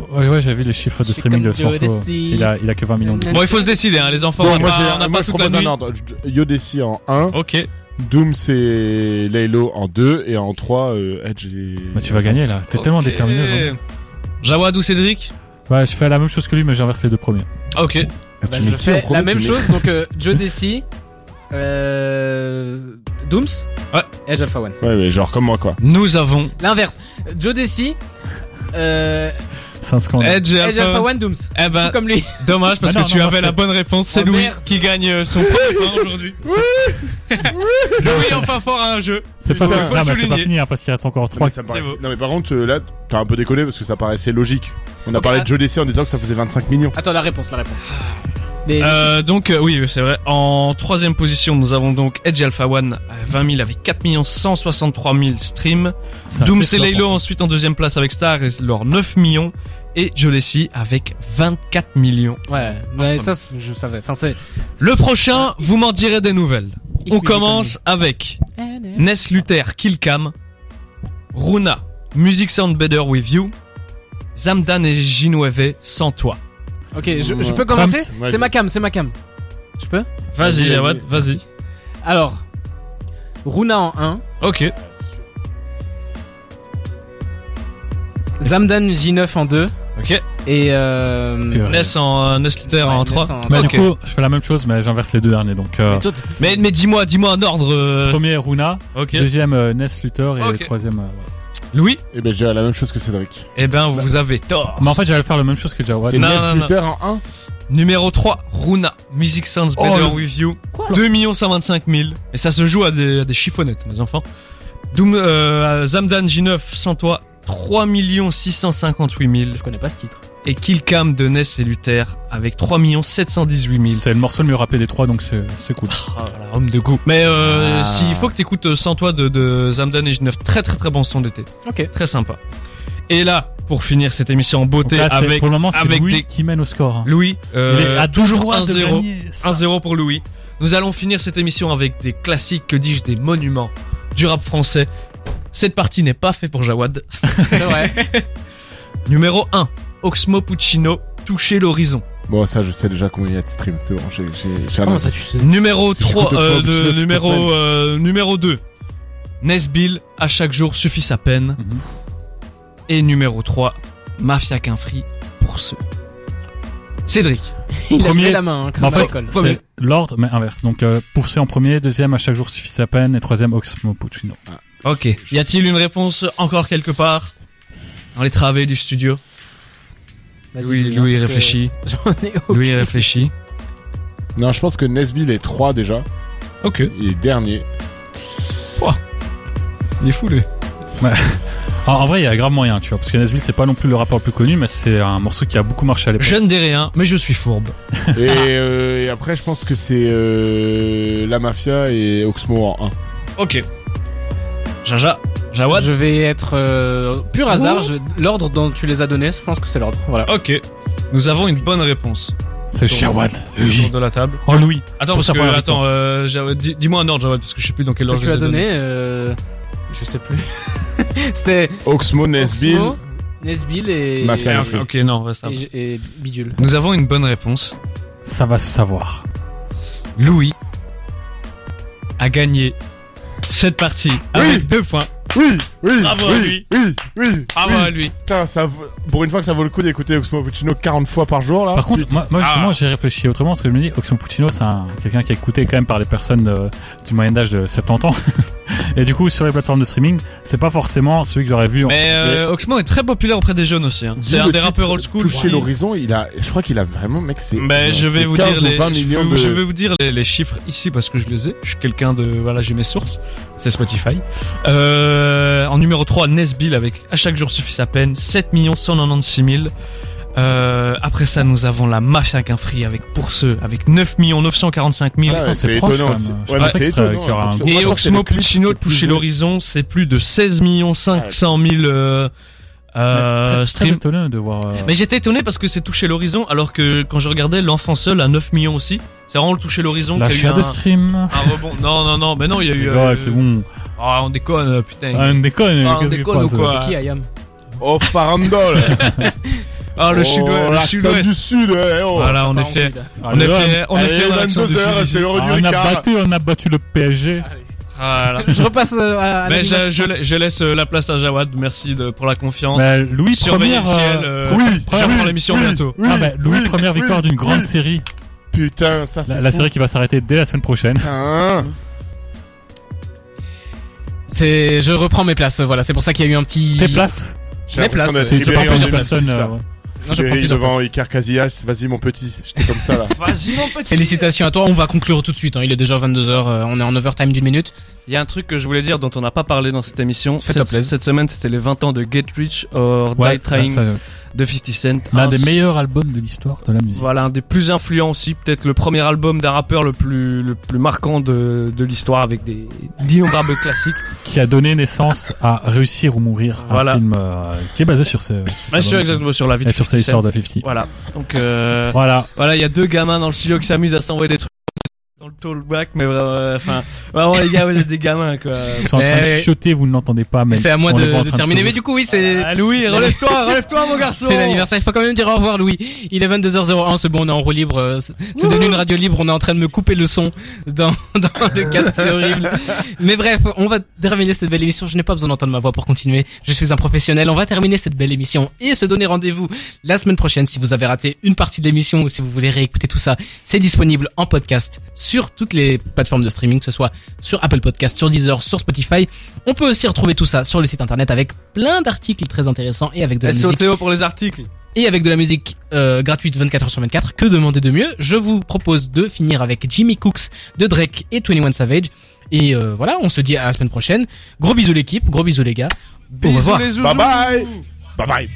[SPEAKER 3] Ouais, ouais, j'ai vu les chiffres de
[SPEAKER 2] Je suis
[SPEAKER 3] streaming de
[SPEAKER 2] comme
[SPEAKER 3] ce
[SPEAKER 2] Joe
[SPEAKER 3] morceau.
[SPEAKER 2] Desi.
[SPEAKER 3] Il a, il a que 20 millions de.
[SPEAKER 6] Bon, il faut se décider, hein, les enfants. on
[SPEAKER 2] eh ben,
[SPEAKER 5] Donc,
[SPEAKER 6] n'a
[SPEAKER 5] moi,
[SPEAKER 6] pas, on
[SPEAKER 5] j'ai-
[SPEAKER 6] n'a
[SPEAKER 5] moi,
[SPEAKER 6] pas
[SPEAKER 5] je
[SPEAKER 6] toute la
[SPEAKER 5] propose un
[SPEAKER 6] nuit.
[SPEAKER 5] ordre. Je- Yo Desi en 1.
[SPEAKER 6] Ok.
[SPEAKER 5] Doom, c'est Laylo en 2. Et en 3, Edge et.
[SPEAKER 3] Bah, tu vas gagner là. T'es tellement
[SPEAKER 6] Ok.
[SPEAKER 3] déterminé. vraiment.
[SPEAKER 6] Eh. Jawad ou Cédric
[SPEAKER 3] Ouais, je fais la même chose que lui, mais j'inverse les deux premiers.
[SPEAKER 6] Ah, Ok.
[SPEAKER 5] Ah, tu
[SPEAKER 2] Bah,
[SPEAKER 5] mets
[SPEAKER 2] je
[SPEAKER 5] qui en
[SPEAKER 2] fais
[SPEAKER 5] premier,
[SPEAKER 2] la
[SPEAKER 5] tu
[SPEAKER 2] même
[SPEAKER 5] mets-
[SPEAKER 2] chose, donc euh, Joe Desi, euh, Dooms,
[SPEAKER 6] Ouais.
[SPEAKER 2] Edge Alpha One.
[SPEAKER 5] Ouais, mais genre comme moi, quoi.
[SPEAKER 6] Nous avons
[SPEAKER 2] L'inverse, Joe Desi, euh,
[SPEAKER 3] C'est un scandale.
[SPEAKER 6] Edge et
[SPEAKER 2] Edge
[SPEAKER 6] Alpha
[SPEAKER 2] Alpha
[SPEAKER 6] One.
[SPEAKER 2] One, Dooms.
[SPEAKER 6] Eh ben,
[SPEAKER 2] Comme lui.
[SPEAKER 9] Ah.
[SPEAKER 6] dommage parce
[SPEAKER 3] Bah non,
[SPEAKER 6] que tu
[SPEAKER 3] non,
[SPEAKER 6] avais
[SPEAKER 3] moi,
[SPEAKER 6] la
[SPEAKER 3] c'est-
[SPEAKER 6] bonne réponse. C'est
[SPEAKER 2] Oh,
[SPEAKER 6] Louis
[SPEAKER 2] merde.
[SPEAKER 6] qui gagne euh, son premier point aujourd'hui. Louis enfin fort à un jeu.
[SPEAKER 3] C'est pas,
[SPEAKER 6] Faut
[SPEAKER 3] fini.
[SPEAKER 6] le
[SPEAKER 3] Non, mais c'est pas
[SPEAKER 6] souligner.
[SPEAKER 3] fini hein, parce qu'il reste encore
[SPEAKER 5] Non
[SPEAKER 3] 3.
[SPEAKER 5] mais, ça me paraissait-
[SPEAKER 6] beau.
[SPEAKER 5] non, mais par contre, euh, là, t'as un peu déconné parce que ça paraissait logique. On a
[SPEAKER 2] Ok,
[SPEAKER 5] parlé
[SPEAKER 2] ah.
[SPEAKER 5] de Joe Desi en disant que ça faisait 25 millions.
[SPEAKER 2] Attends, la réponse, la réponse. Les-
[SPEAKER 6] Euh, donc euh, oui, c'est vrai. En troisième position, nous avons donc Edge Alpha One euh, 20 000 avec 4 163 000 streams. Doom et Laylo ensuite en deuxième place avec Star et leur 9 millions. Et Jolessi avec 24 millions.
[SPEAKER 2] Ouais, ouais, ça, c'est- je savais. Enfin, c'est.
[SPEAKER 6] Le prochain, vous m'en direz des nouvelles. On
[SPEAKER 2] Écoute,
[SPEAKER 6] commence avec Ness Luther Killcam, Runa, Music Sound Better With You, Zamdan et Ginweve Sans Toi.
[SPEAKER 2] Ok, je, je peux commencer C'est ma cam, c'est ma cam. Je peux
[SPEAKER 6] Vas-y,
[SPEAKER 5] Vas-y,
[SPEAKER 6] Jawad,
[SPEAKER 5] vas-y.
[SPEAKER 6] vas-y.
[SPEAKER 2] Alors, Runa en 1,
[SPEAKER 6] Ok.
[SPEAKER 2] Zamdan J9 en 2,
[SPEAKER 6] Ok.
[SPEAKER 2] et euh.
[SPEAKER 3] Purée.
[SPEAKER 6] Ness en euh, Ness Luther
[SPEAKER 2] Ouais,
[SPEAKER 6] en
[SPEAKER 2] Ness
[SPEAKER 6] 3.
[SPEAKER 2] en-
[SPEAKER 3] Bah,
[SPEAKER 6] Ok.
[SPEAKER 3] du coup, je fais la même chose, mais j'inverse les deux derniers. Donc, euh,
[SPEAKER 2] Mais toi, t'es-
[SPEAKER 6] Mais, mais dis-moi, dis-moi un ordre. euh,
[SPEAKER 3] premier Runa,
[SPEAKER 6] Ok.
[SPEAKER 3] deuxième euh, Ness Luthor et
[SPEAKER 6] Ok.
[SPEAKER 3] troisième. euh, ouais.
[SPEAKER 6] Louis
[SPEAKER 5] Et ben, j'ai la même chose que Cédric.
[SPEAKER 6] Eh ben, vous avez tort.
[SPEAKER 3] Mais en fait, j'allais faire la même chose que Jawad.
[SPEAKER 5] C'est
[SPEAKER 6] Non,
[SPEAKER 5] Ness
[SPEAKER 6] non, non.
[SPEAKER 5] Luther en 1.
[SPEAKER 6] Numéro 3, Runa. Music Sounds
[SPEAKER 3] Oh,
[SPEAKER 6] Better
[SPEAKER 3] le-
[SPEAKER 6] With You.
[SPEAKER 2] Quoi
[SPEAKER 6] 2 125 000. Et ça se joue à des, à des chiffonnettes, les enfants. Doom, euh, Zamdan J9, sans toi, 3 658 000.
[SPEAKER 2] Je connais pas ce titre.
[SPEAKER 6] Et Killcam de Ness et Luther avec 3 718 000.
[SPEAKER 3] C'est le morceau le mieux rappé des trois, donc c'est c'est cool.
[SPEAKER 6] Oh là là, homme de goût. Mais euh,
[SPEAKER 2] Ah.
[SPEAKER 6] s'il faut que t'écoutes euh, Sans toi de, de Zamdan et J9, très très très bon son d'été.
[SPEAKER 2] Ok.
[SPEAKER 6] Très sympa. Et là, pour finir cette émission en
[SPEAKER 3] Donc
[SPEAKER 6] beauté
[SPEAKER 3] là, c'est-
[SPEAKER 6] avec
[SPEAKER 3] pour le moment, c'est
[SPEAKER 6] avec
[SPEAKER 3] Louis
[SPEAKER 6] des-
[SPEAKER 3] qui mène au score. hein.
[SPEAKER 6] Louis, euh,
[SPEAKER 3] il est à toujours
[SPEAKER 6] un zéro.
[SPEAKER 3] 1-0.
[SPEAKER 6] 1-0 pour Louis. Nous allons finir cette émission avec des classiques, que dis-je, des monuments du rap français. Cette partie n'est pas faite pour Jawad.
[SPEAKER 2] C'est vrai.
[SPEAKER 6] Ah, Numéro 1, Oxmo Puccino, Toucher l'horizon.
[SPEAKER 5] Bon, ça, je sais déjà combien il y a de streams. C'est bon, j'ai, j'ai, j'ai un
[SPEAKER 2] Comment ça,
[SPEAKER 5] indice.
[SPEAKER 2] tu sais
[SPEAKER 6] Numéro
[SPEAKER 5] Si j'écoute
[SPEAKER 6] 3,
[SPEAKER 5] Oxmo
[SPEAKER 6] euh,
[SPEAKER 5] Puccino toutes
[SPEAKER 6] de-
[SPEAKER 5] les semaines.
[SPEAKER 6] numéro, euh, numéro 2, Nesbill, à chaque jour suffit sa peine.
[SPEAKER 3] Mhm.
[SPEAKER 6] Et numéro 3, Mafia qu'un free pour ceux. Cédric.
[SPEAKER 2] Il a
[SPEAKER 3] Premier-
[SPEAKER 2] levé la main, hein, comme
[SPEAKER 3] En fait,
[SPEAKER 2] à l'école.
[SPEAKER 3] c'est l'ordre, mais inverse. Donc, euh, Poursé en premier, deuxième, à chaque jour suffit sa peine, et troisième, Oxmo Puccino.
[SPEAKER 6] Ok. Y a-t-il une réponse encore quelque part dans les travées du studio
[SPEAKER 2] Vas-y,
[SPEAKER 6] Louis,
[SPEAKER 2] Louis,
[SPEAKER 6] Louis
[SPEAKER 2] parce que
[SPEAKER 6] réfléchit.
[SPEAKER 2] J'en ai aucune.
[SPEAKER 6] Louis réfléchit.
[SPEAKER 5] Non, je pense que Nesbill est 3 déjà.
[SPEAKER 6] Ok.
[SPEAKER 5] Et dernier.
[SPEAKER 6] Il est fou, lui.
[SPEAKER 3] En, en vrai, il y a grave moyen, tu vois, parce que Nesbill, c'est pas non plus le rappeur le plus connu, mais c'est un morceau qui a beaucoup marché à l'époque.
[SPEAKER 6] Je ne dis rien, mais je suis fourbe.
[SPEAKER 5] et, euh, et après, je pense que c'est euh, La Mafia et Oxmo en 1.
[SPEAKER 6] Ok. Jaja, Jawad.
[SPEAKER 2] Je vais être euh, pur hasard. je- L'ordre dont tu les as donnés, je pense que c'est l'ordre. Voilà.
[SPEAKER 6] Ok. Nous avons une bonne réponse.
[SPEAKER 3] C'est
[SPEAKER 6] Tourne-
[SPEAKER 3] Shawad.
[SPEAKER 6] Autour de la table.
[SPEAKER 3] Oh, Louis.
[SPEAKER 6] Attends,
[SPEAKER 3] Pour
[SPEAKER 6] parce
[SPEAKER 3] sa
[SPEAKER 6] que,
[SPEAKER 3] première
[SPEAKER 6] attends,
[SPEAKER 3] réponse.
[SPEAKER 6] euh, Jawad, dis- dis-moi un ordre, Jawad, parce que je sais plus dans quel
[SPEAKER 2] Ce que
[SPEAKER 6] ordre
[SPEAKER 2] tu
[SPEAKER 6] je
[SPEAKER 2] as
[SPEAKER 6] les ai donnés.
[SPEAKER 2] donné, euh, je sais plus. C'était
[SPEAKER 5] Oxmo, Nesbill.
[SPEAKER 2] Oxmo, Nesbill et,
[SPEAKER 5] Mafia
[SPEAKER 2] et,
[SPEAKER 5] Info.
[SPEAKER 6] Ok, non, reste un peu.
[SPEAKER 2] et- et Bidule.
[SPEAKER 6] Nous avons une bonne réponse.
[SPEAKER 3] Ça va se savoir.
[SPEAKER 6] Louis a gagné
[SPEAKER 8] cette partie avec deux points.
[SPEAKER 5] Oui, oui,
[SPEAKER 8] Bravo à
[SPEAKER 5] oui,
[SPEAKER 8] lui. Ah
[SPEAKER 5] oui, oui,
[SPEAKER 8] Bravo
[SPEAKER 5] oui.
[SPEAKER 8] à lui.
[SPEAKER 5] Putain, ça vaut- pour une fois que ça vaut le coup d'écouter Oxmo Puccino 40 fois par jour là.
[SPEAKER 3] Par contre, moi, moi, justement,
[SPEAKER 8] Ah.
[SPEAKER 3] j'ai réfléchi autrement parce que je me dis, Oxmo Puccino, c'est un- quelqu'un qui est écouté quand même par les personnes euh, du moyen d'âge de 70 ans. Et du coup, sur les plateformes de streaming, c'est pas forcément celui que j'aurais vu. en-
[SPEAKER 8] Mais euh, Oxmo est très populaire auprès des jeunes aussi. hein.
[SPEAKER 5] Dis
[SPEAKER 8] C'est un
[SPEAKER 5] le
[SPEAKER 8] des
[SPEAKER 5] titre,
[SPEAKER 8] rappeurs old school.
[SPEAKER 5] Toucher
[SPEAKER 8] qui-
[SPEAKER 5] l'horizon, il a, je crois qu'il a vraiment, mec, c'est.
[SPEAKER 8] Ben, je vais
[SPEAKER 5] c'est
[SPEAKER 8] vous
[SPEAKER 5] 15
[SPEAKER 8] dire
[SPEAKER 5] ou
[SPEAKER 8] les,
[SPEAKER 5] 20
[SPEAKER 8] je,
[SPEAKER 5] millions
[SPEAKER 8] peux-
[SPEAKER 5] de-
[SPEAKER 8] je vais vous dire les, les chiffres ici parce que je les ai. Je suis quelqu'un de, voilà, j'ai mes sources. C'est Spotify. Euh, en numéro 3, Nesbill avec à chaque jour suffit sa peine. 7 196 000. Euh, après ça, nous avons la Mafia qu'un free avec pour ceux avec 9 945 000.
[SPEAKER 5] Ah,
[SPEAKER 3] Attends, c'est
[SPEAKER 5] c'est
[SPEAKER 3] proche,
[SPEAKER 5] étonnant
[SPEAKER 3] quand
[SPEAKER 5] aussi.
[SPEAKER 3] même. Je
[SPEAKER 5] Ouais,
[SPEAKER 3] pensais
[SPEAKER 5] mais c'est
[SPEAKER 3] que ça-
[SPEAKER 5] étonnant,
[SPEAKER 3] qu'il y aura
[SPEAKER 5] hein,
[SPEAKER 3] un-
[SPEAKER 5] pour-
[SPEAKER 8] euh, Et
[SPEAKER 5] Moi, je pense que c'est
[SPEAKER 8] Oxmo
[SPEAKER 5] le clip
[SPEAKER 8] Puccino de
[SPEAKER 5] qui est le plus
[SPEAKER 8] toucher
[SPEAKER 5] joué.
[SPEAKER 8] l'horizon, c'est plus de 16 500 000 euh,
[SPEAKER 3] Très-
[SPEAKER 8] euh,
[SPEAKER 3] très,
[SPEAKER 8] streams.
[SPEAKER 3] étonnant de voir. euh,
[SPEAKER 8] Mais j'étais étonné parce que c'est toucher l'horizon, alors que quand je regardais l'enfant seul à 9 millions aussi, c'est vraiment le toucher l'horizon
[SPEAKER 3] la
[SPEAKER 8] qui a eu
[SPEAKER 3] chair
[SPEAKER 8] un,
[SPEAKER 3] de stream.
[SPEAKER 8] un rebond. Non, non, non, mais non, il y a eu.
[SPEAKER 3] Rigole,
[SPEAKER 8] euh,
[SPEAKER 3] c'est bon.
[SPEAKER 8] Ah, on déconne, euh, putain.
[SPEAKER 3] Ah, on déconne.
[SPEAKER 8] Ah, on
[SPEAKER 3] qu'est-ce que
[SPEAKER 8] déconne
[SPEAKER 3] tu
[SPEAKER 8] ou
[SPEAKER 3] penses,
[SPEAKER 8] quoi
[SPEAKER 3] ça
[SPEAKER 2] Qui Ayam
[SPEAKER 5] Oh, farandole!
[SPEAKER 8] Ah, le
[SPEAKER 5] Oh,
[SPEAKER 8] sud-ouest, le
[SPEAKER 5] la somme
[SPEAKER 8] sud-ouest.
[SPEAKER 5] du sud, eh, oh.
[SPEAKER 8] Voilà, en
[SPEAKER 2] pas
[SPEAKER 8] effet.
[SPEAKER 2] envie, là.
[SPEAKER 8] On est fait, on est
[SPEAKER 5] Allez,
[SPEAKER 8] fait dans l'action du
[SPEAKER 5] 22h, c'est
[SPEAKER 8] sud.
[SPEAKER 5] l'heure du
[SPEAKER 3] on a
[SPEAKER 5] Ricard.
[SPEAKER 3] battu, on a battu le PSG.
[SPEAKER 8] Voilà.
[SPEAKER 2] Je repasse euh, à. à
[SPEAKER 3] Ben,
[SPEAKER 8] Mais je,
[SPEAKER 2] l'animation.
[SPEAKER 8] je, la- je laisse euh, la place à Jawad. Merci de, pour la confiance.
[SPEAKER 3] Bah, Louis
[SPEAKER 8] Surveillez le
[SPEAKER 3] première, euh,
[SPEAKER 8] ciel. euh,
[SPEAKER 5] Oui,
[SPEAKER 8] je reprends
[SPEAKER 5] oui,
[SPEAKER 8] l'émission
[SPEAKER 5] oui,
[SPEAKER 8] bientôt.
[SPEAKER 5] oui,
[SPEAKER 3] ah, bah, Louis
[SPEAKER 5] oui,
[SPEAKER 3] première
[SPEAKER 5] oui,
[SPEAKER 3] victoire d'une grande
[SPEAKER 5] oui.
[SPEAKER 3] série.
[SPEAKER 5] Putain, ça c'est.
[SPEAKER 3] La, la
[SPEAKER 5] fou.
[SPEAKER 3] série qui va s'arrêter dès la semaine prochaine.
[SPEAKER 5] Putain.
[SPEAKER 2] C'est, je reprends mes places. Voilà, c'est pour ça qu'il y a eu un petit.
[SPEAKER 3] Tes places.
[SPEAKER 5] J'ai
[SPEAKER 2] Mais
[SPEAKER 5] l'impression
[SPEAKER 2] place,
[SPEAKER 5] d'être
[SPEAKER 3] Tu tu
[SPEAKER 5] Ribéry
[SPEAKER 3] parles
[SPEAKER 5] en
[SPEAKER 3] plusieurs personnes.
[SPEAKER 5] 2006, là.
[SPEAKER 3] euh, ouais.
[SPEAKER 2] Non, je prends
[SPEAKER 5] Ribéry
[SPEAKER 2] plusieurs
[SPEAKER 5] devant
[SPEAKER 2] places.
[SPEAKER 5] Icar Casillas, vas-y mon petit, j'étais comme ça là.
[SPEAKER 8] Vas-y, mon petit.
[SPEAKER 2] Félicitations à toi. On va conclure tout de suite. hein. Il est déjà 22h. euh, on est en overtime d'une minute.
[SPEAKER 6] Il y a un truc que je voulais dire dont on n'a pas parlé dans cette émission.
[SPEAKER 2] Fais-toi
[SPEAKER 6] Cette,
[SPEAKER 2] plaisir.
[SPEAKER 6] cette semaine, c'était les 20 ans de Get Rich or
[SPEAKER 3] Ouais,
[SPEAKER 6] Die Trying
[SPEAKER 3] ça, euh,
[SPEAKER 6] de 50 Cent.
[SPEAKER 3] L'un
[SPEAKER 6] Un
[SPEAKER 3] des meilleurs albums de l'histoire de la musique.
[SPEAKER 6] Voilà, un des plus influents aussi, peut-être le premier album d'un rappeur le plus, le plus marquant de, de l'histoire avec des d'innombrables classiques.
[SPEAKER 3] Qui a donné naissance à Réussir ou Mourir,
[SPEAKER 6] Voilà.
[SPEAKER 3] un film euh, qui est basé sur ce. ce
[SPEAKER 6] Bien Ah, sûr,
[SPEAKER 3] album.
[SPEAKER 6] exactement, sur la vie de
[SPEAKER 3] Et sur
[SPEAKER 6] 50
[SPEAKER 3] cette histoire
[SPEAKER 6] Cent.
[SPEAKER 3] de 50.
[SPEAKER 6] Voilà. Donc, euh,
[SPEAKER 3] Voilà.
[SPEAKER 6] voilà, il y a deux gamins dans le studio qui s'amusent à s'envoyer des trucs dans le talkback, mais euh, enfin, vraiment, les gars, vous êtes des gamins, quoi.
[SPEAKER 3] Ils sont en train de
[SPEAKER 2] Mais-
[SPEAKER 3] chioter, vous ne l'entendez pas, mais.
[SPEAKER 2] c'est à moi
[SPEAKER 3] on
[SPEAKER 2] de,
[SPEAKER 3] le voit en
[SPEAKER 2] de
[SPEAKER 3] train
[SPEAKER 2] terminer.
[SPEAKER 3] se-
[SPEAKER 2] Mais du coup, oui, c'est.
[SPEAKER 6] Ah, Louis, relève-toi, relève-toi, mon garçon!
[SPEAKER 2] C'est l'anniversaire, il faut quand même dire au revoir Louis. Il est 22h01, c'est bon, on est en roue libre. euh, C'est c'est devenu une radio libre, on est en train de me couper le son dans, dans le casque, c'est horrible. Mais bref, on va terminer cette belle émission. Je n'ai pas besoin d'entendre ma voix pour continuer. Je suis un professionnel. On va terminer cette belle émission et se donner rendez-vous la semaine prochaine. Si vous avez raté une partie de l'émission ou si vous voulez réécouter tout ça, c'est disponible en podcast sur toutes les plateformes de streaming, que ce soit sur Apple Podcast, sur Deezer, sur Spotify. On peut aussi retrouver tout ça sur le site internet avec plein d'articles très intéressants et avec de la musique
[SPEAKER 6] SOTO pour les articles.
[SPEAKER 2] et avec de la musique euh, gratuite 24h sur 24, que demander de mieux Je vous propose de finir avec Jimmy Cooks de Drake et 21 Savage. Et euh, voilà, on se dit à la semaine prochaine. Gros bisous l'équipe, gros bisous les gars. Au revoir.
[SPEAKER 5] Bye bye! Bye bye!